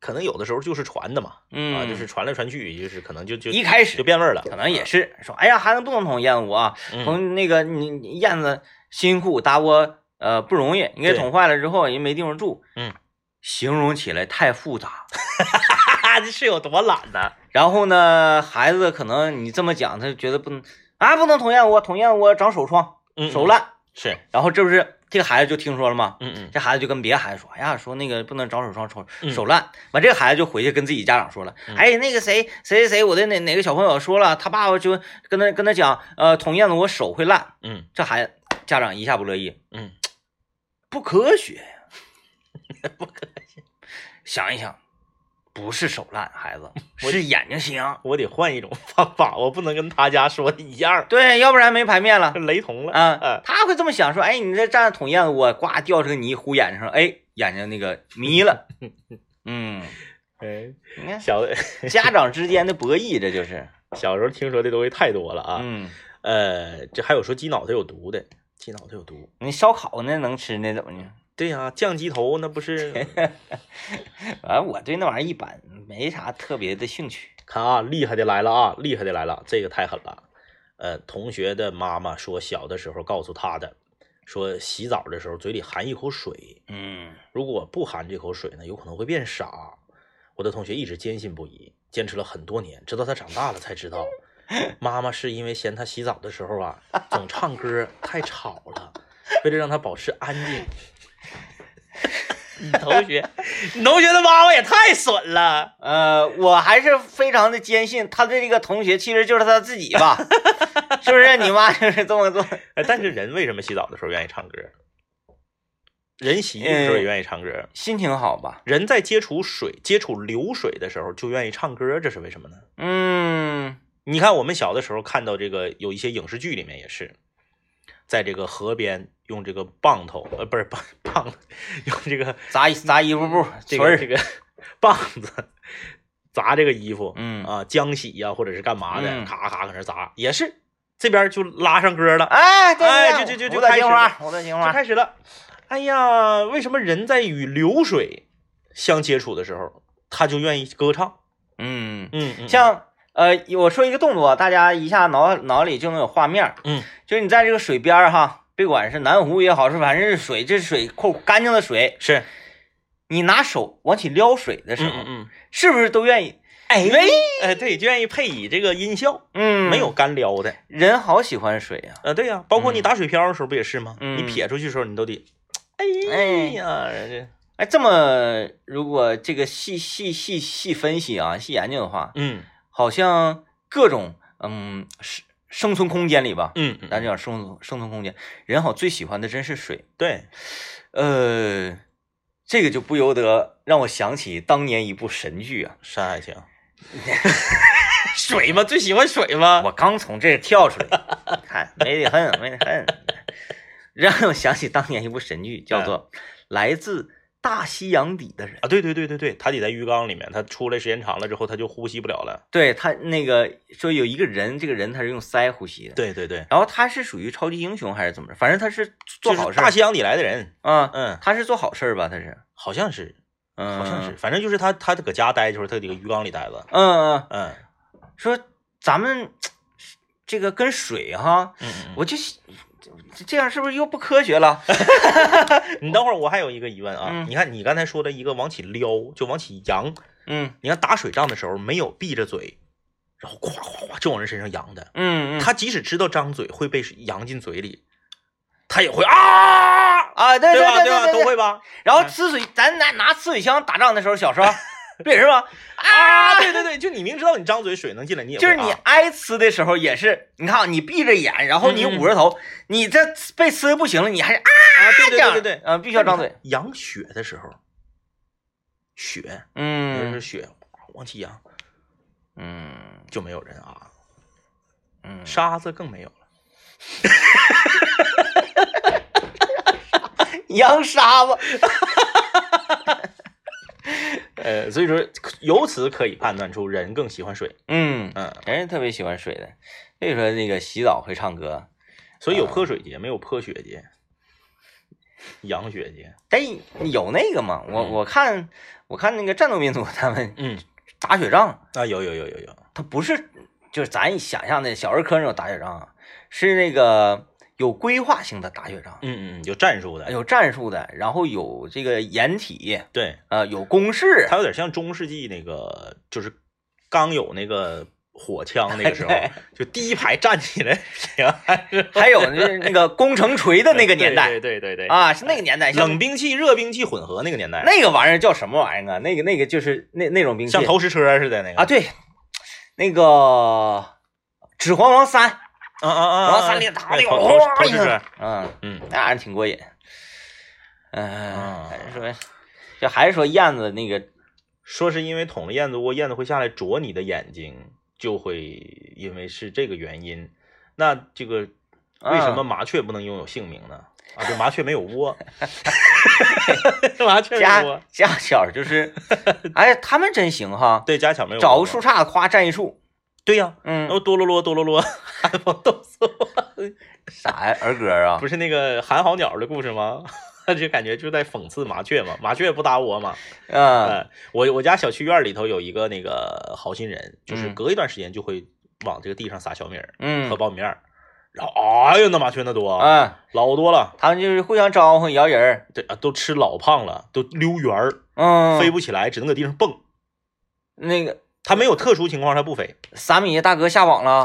Speaker 2: 可能有的时候就是传的嘛，
Speaker 1: 嗯，
Speaker 2: 啊，就是传来传去，就是可能就就
Speaker 1: 一开
Speaker 2: 就
Speaker 1: 始
Speaker 2: 变味儿了，啊
Speaker 1: 可能也是说，哎呀，还能不能捅燕窝啊？
Speaker 2: 嗯
Speaker 1: 捅那个你你燕子辛苦搭窝，呃，不容易，你给
Speaker 2: 对
Speaker 1: 捅坏了之后，人没地方住，
Speaker 2: 嗯，
Speaker 1: 形容起来太复杂，
Speaker 2: 啊，这是有多懒呢？
Speaker 1: 然后呢，孩子可能你这么讲，他就觉得不能啊，不能捅燕窝，捅燕窝长手疮、
Speaker 2: 嗯
Speaker 1: 手烂。
Speaker 2: 是，
Speaker 1: 然后这不是这个孩子就听说了吗？
Speaker 2: 嗯嗯，
Speaker 1: 这孩子就跟别的孩子说，哎呀，说那个不能长手疮、手
Speaker 2: 嗯
Speaker 1: 手烂。完，这个孩子就回去跟自己家长说了，
Speaker 2: 嗯
Speaker 1: 哎，那个谁谁谁谁，我的哪哪个小朋友说了，他爸爸就跟他跟他讲，呃，捅燕子我手会烂。
Speaker 2: 嗯
Speaker 1: 这孩子家长一下不乐意，
Speaker 2: 嗯，
Speaker 1: 不科学呀，不 科学。想一想，不是手烂，孩 子是眼睛瞎。
Speaker 2: 我得换一种方法，我不能跟他家说的一样，
Speaker 1: 对，要不然没排面了。
Speaker 2: 雷同了。
Speaker 1: 啊
Speaker 2: 啊，
Speaker 1: 他会这么想说，哎，你这站着捅燕子窝，呱掉这个泥糊眼睛上，哎，眼睛那个迷了。嗯，
Speaker 2: 哎，
Speaker 1: 你看
Speaker 2: 小
Speaker 1: 家长之间的博弈，这就是。
Speaker 2: 小时候听说的东西太多了啊。
Speaker 1: 嗯
Speaker 2: 呃，这还有说鸡脑袋有毒的，鸡脑袋有毒。
Speaker 1: 你烧烤那能吃那怎么呢？
Speaker 2: 对呀、酱鸡头那不是
Speaker 1: 反正我对那玩意儿一般，没啥特别的兴趣。
Speaker 2: 看啊，厉害的来了啊，厉害的来了，这个太狠了。呃，同学的妈妈说，小的时候告诉他的，说洗澡的时候嘴里含一口水，
Speaker 1: 嗯
Speaker 2: 如果不含这口水呢，有可能会变傻。我的同学一直坚信不疑，坚持了很多年，直到他长大了才知道，妈妈是因为嫌他洗澡的时候啊总唱歌太吵了，为了让他保持安静。你同学，你同学的妈妈也太损了。
Speaker 1: 呃，我还是非常的坚信他的这个同学其实就是他自己 吧，是不是？你妈就是这么做。
Speaker 2: 哎，但是人为什么洗澡的时候愿意唱歌？人洗浴的时候也愿意唱歌，
Speaker 1: 心情好吧？
Speaker 2: 人在接触水、接触流水的时候就愿意唱歌，这是为什么呢？
Speaker 1: 嗯
Speaker 2: 你看我们小的时候看到这个有一些影视剧里面也是，在这个河边用这个棒头，呃，不是棒棒子，用这个
Speaker 1: 砸砸衣服布，
Speaker 2: 嗯这
Speaker 1: 锤
Speaker 2: 个
Speaker 1: 儿
Speaker 2: 这，个棒子砸这个衣服，
Speaker 1: 嗯
Speaker 2: 啊，浆洗呀、或者是干嘛的，
Speaker 1: 嗯
Speaker 2: 咔咔搁那砸，也是这边就拉上歌了。
Speaker 1: 哎，对
Speaker 2: 哎
Speaker 1: 对
Speaker 2: 就
Speaker 1: 对
Speaker 2: 就就就
Speaker 1: 我的
Speaker 2: 开
Speaker 1: 青
Speaker 2: 始
Speaker 1: 蛙，我的青
Speaker 2: 就
Speaker 1: 蛙，
Speaker 2: 开始了。哎呀，为什么人在与流水相接触的时候，他就愿意歌唱？
Speaker 1: 嗯，
Speaker 2: 嗯，嗯
Speaker 1: 像呃，我说一个动作，大家一下脑脑里就能有画面儿。
Speaker 2: 嗯，
Speaker 1: 就是你在这个水边儿哈，别管是南湖也好，是反正是水，这是水库干净的水，
Speaker 2: 是，
Speaker 1: 你拿手往起撩水的时
Speaker 2: 嗯
Speaker 1: 候，
Speaker 2: 嗯嗯，
Speaker 1: 是不是都愿意？哎喂，
Speaker 2: 哎，对，就愿意配以这个音效，
Speaker 1: 嗯，
Speaker 2: 没有干撩的。
Speaker 1: 人好喜欢水呀、
Speaker 2: 呃，对呀、包括你
Speaker 1: 嗯
Speaker 2: 打水漂的时候不也是吗？
Speaker 1: 嗯
Speaker 2: 你撇出去的时候，你都得，哎呀，人家，
Speaker 1: 哎，这么如果这个细细细细分析啊，细研究的话，
Speaker 2: 嗯
Speaker 1: 好像各种嗯生生存空间里吧，
Speaker 2: 嗯嗯，
Speaker 1: 咱讲生存生存空间，人好最喜欢的真是水。
Speaker 2: 对，
Speaker 1: 呃，这个就不由得让我想起当年一部神剧啊，
Speaker 2: 山海情， 水吗？最喜欢水 吗？
Speaker 1: 我刚从这跳出来，你看美得很，美得很，让我想起当年一部神剧，叫做
Speaker 2: 嗯
Speaker 1: 《来自大西洋底的人》。
Speaker 2: 啊，对对对对对，他得在浴缸里面，他出来时间长了之后，他就呼吸不了了。
Speaker 1: 对他那个说有一个人，这个人他是用鳃呼吸的，
Speaker 2: 对对对，
Speaker 1: 然后他是属于超级英雄还是怎么着？反正他是做
Speaker 2: 就是
Speaker 1: 好事
Speaker 2: 大
Speaker 1: 儿
Speaker 2: 西洋里来的人，
Speaker 1: 啊，
Speaker 2: 嗯，
Speaker 1: 他是做好事儿吧？他是，
Speaker 2: 好像是，
Speaker 1: 嗯，
Speaker 2: 好像是，，反正就是他他搁家待就是他这个浴缸里待着，
Speaker 1: 嗯嗯，
Speaker 2: 嗯
Speaker 1: 说咱们这个跟水哈，
Speaker 2: 嗯嗯
Speaker 1: 我就喜这这样是不是又不科学 了？
Speaker 2: 嗯。你等会儿我还有一个疑问啊，
Speaker 1: 嗯
Speaker 2: 你看你刚才说的一个往起撩，就往起扬，
Speaker 1: 嗯
Speaker 2: 你看打水仗的时候没有闭着嘴，然后咵咵咵就往人身上扬的，
Speaker 1: 嗯嗯，
Speaker 2: 他即使知道张嘴会被扬进嘴里，他也会啊，
Speaker 1: 啊，对
Speaker 2: 对吧
Speaker 1: 对
Speaker 2: 对吧？
Speaker 1: 对
Speaker 2: 都会吧？
Speaker 1: 然后呲水，咱拿拿呲水枪打仗的时候，小时 候不也是吗？
Speaker 2: 啊，对对对，就你明知道你张嘴水能进来，你也
Speaker 1: 就是你
Speaker 2: 啊
Speaker 1: 挨呲的时候也是，你看啊你闭着眼，然后你
Speaker 2: 嗯嗯
Speaker 1: 捂着头，你这被呲不行了，你还是啊
Speaker 2: 啊，对
Speaker 1: 这
Speaker 2: 对
Speaker 1: 样，
Speaker 2: 对对对，
Speaker 1: 嗯，必须要张嘴，。
Speaker 2: 扬血的时候，血就是
Speaker 1: 嗯
Speaker 2: 血往起扬，
Speaker 1: 嗯
Speaker 2: 就没有人啊，
Speaker 1: 嗯，
Speaker 2: 沙子更没有了。
Speaker 1: 扬沙子，
Speaker 2: 呃，所以说由此可以判断出人更喜欢水。
Speaker 1: 嗯，
Speaker 2: 嗯，
Speaker 1: 人是特别喜欢水的，所以说那个洗澡会唱歌，
Speaker 2: 所
Speaker 1: 啊
Speaker 2: 以有泼水节，没有泼雪节，扬雪节。
Speaker 1: 但有那个嘛，我
Speaker 2: 嗯
Speaker 1: 我看我看那个战斗民族他们
Speaker 2: 嗯，
Speaker 1: 打雪仗，
Speaker 2: 啊，有有有有有，
Speaker 1: 它不是就是咱想象的小儿科那种打雪仗，啊，是那个有规划性的打雪仗，
Speaker 2: 嗯嗯，有战术的，
Speaker 1: 有战术的，然后有这个掩体，
Speaker 2: 对，
Speaker 1: 呃，有公式
Speaker 2: 它，有点像中世纪那个，就是刚有那个火枪那个时候
Speaker 1: 对，
Speaker 2: 就第一排站起来，还是
Speaker 1: 还有那那个工程锤的 那个年代
Speaker 2: 对对对对，
Speaker 1: 啊，是那个年代，像
Speaker 2: 冷兵器、热兵器混合那个年代，
Speaker 1: 那个玩意儿叫什么玩意儿啊？那个那个就是那那种兵器
Speaker 2: 像投石车似的那个
Speaker 1: 啊，对，那个《指环王三》，
Speaker 2: 啊啊啊！
Speaker 1: 然后三里打哦
Speaker 2: 那
Speaker 1: 的，
Speaker 2: 投
Speaker 1: 哗
Speaker 2: 投
Speaker 1: 一
Speaker 2: 石车
Speaker 1: 下，，嗯。
Speaker 2: 嗯，
Speaker 1: 那玩意儿挺过瘾。嗯、
Speaker 2: 啊
Speaker 1: 还是说，就还是说燕子那个，
Speaker 2: 说是因为捅了燕子窝，燕子会下来啄你的眼睛，就会因为是这个原因。那这个为什么麻雀不能拥有姓名呢？啊，就麻雀没有窝，麻 雀没有
Speaker 1: 家
Speaker 2: 窝，
Speaker 1: 家 巧就是，哎，他们真行哈，
Speaker 2: 对，家巧没有窝
Speaker 1: 找个树杈夸站一树，
Speaker 2: 对呀、
Speaker 1: 嗯，
Speaker 2: 然后哆啰啰哆啰啰，寒风哆嗦，
Speaker 1: 啥呀？儿歌啊？
Speaker 2: 不是那个寒号鸟的故事吗？ 就感觉就在讽刺麻雀嘛，麻雀不搭窝嘛。
Speaker 1: 嗯
Speaker 2: 呃，我我家小区院里头有一个那个好心人，就是
Speaker 1: 嗯
Speaker 2: 隔一段时间就会往这个地上撒小米儿和
Speaker 1: 嗯
Speaker 2: 苞米面儿，然后哎呦那麻雀那多，
Speaker 1: 啊，
Speaker 2: 老多了，
Speaker 1: 他们就是互相招呼摇人儿，
Speaker 2: 对啊，都吃老胖了，都溜圆儿，
Speaker 1: 嗯，
Speaker 2: 飞不起来，只能搁地上蹦。
Speaker 1: 那个
Speaker 2: 它没有特殊情况，它不飞。
Speaker 1: 撒米大哥下网 了，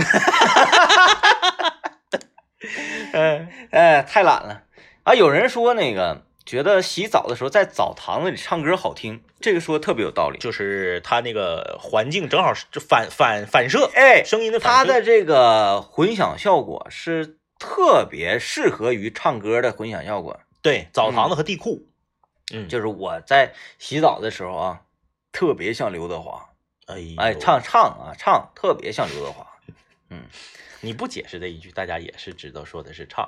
Speaker 2: 嗯，
Speaker 1: 哎，太懒了啊！有人说那个觉得洗澡的时候在澡堂子里唱歌好听，这个说得特别有道理。
Speaker 2: 就是它那个环境正好是就反反反射
Speaker 1: 哎，
Speaker 2: 声音的
Speaker 1: 它
Speaker 2: 反射。
Speaker 1: 的这个混响效果是特别适合于唱歌的混响效果。
Speaker 2: 对澡堂子和地库，嗯，
Speaker 1: 就是我在洗澡的时候啊，特别像刘德华，
Speaker 2: 哎呦
Speaker 1: 哎，唱唱啊唱，特别像刘德华。
Speaker 2: 你不解释这一句，大家也是知道说的是唱。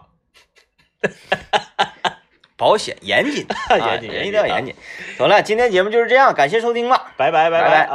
Speaker 1: 保险严谨，
Speaker 2: 严谨
Speaker 1: 啊人一 定
Speaker 2: 严
Speaker 1: 要
Speaker 2: 谨啊
Speaker 1: 严谨。好了，今天节目就是这样，感谢收听吧。
Speaker 2: 拜拜
Speaker 1: 拜
Speaker 2: 拜
Speaker 1: 拜
Speaker 2: 啊。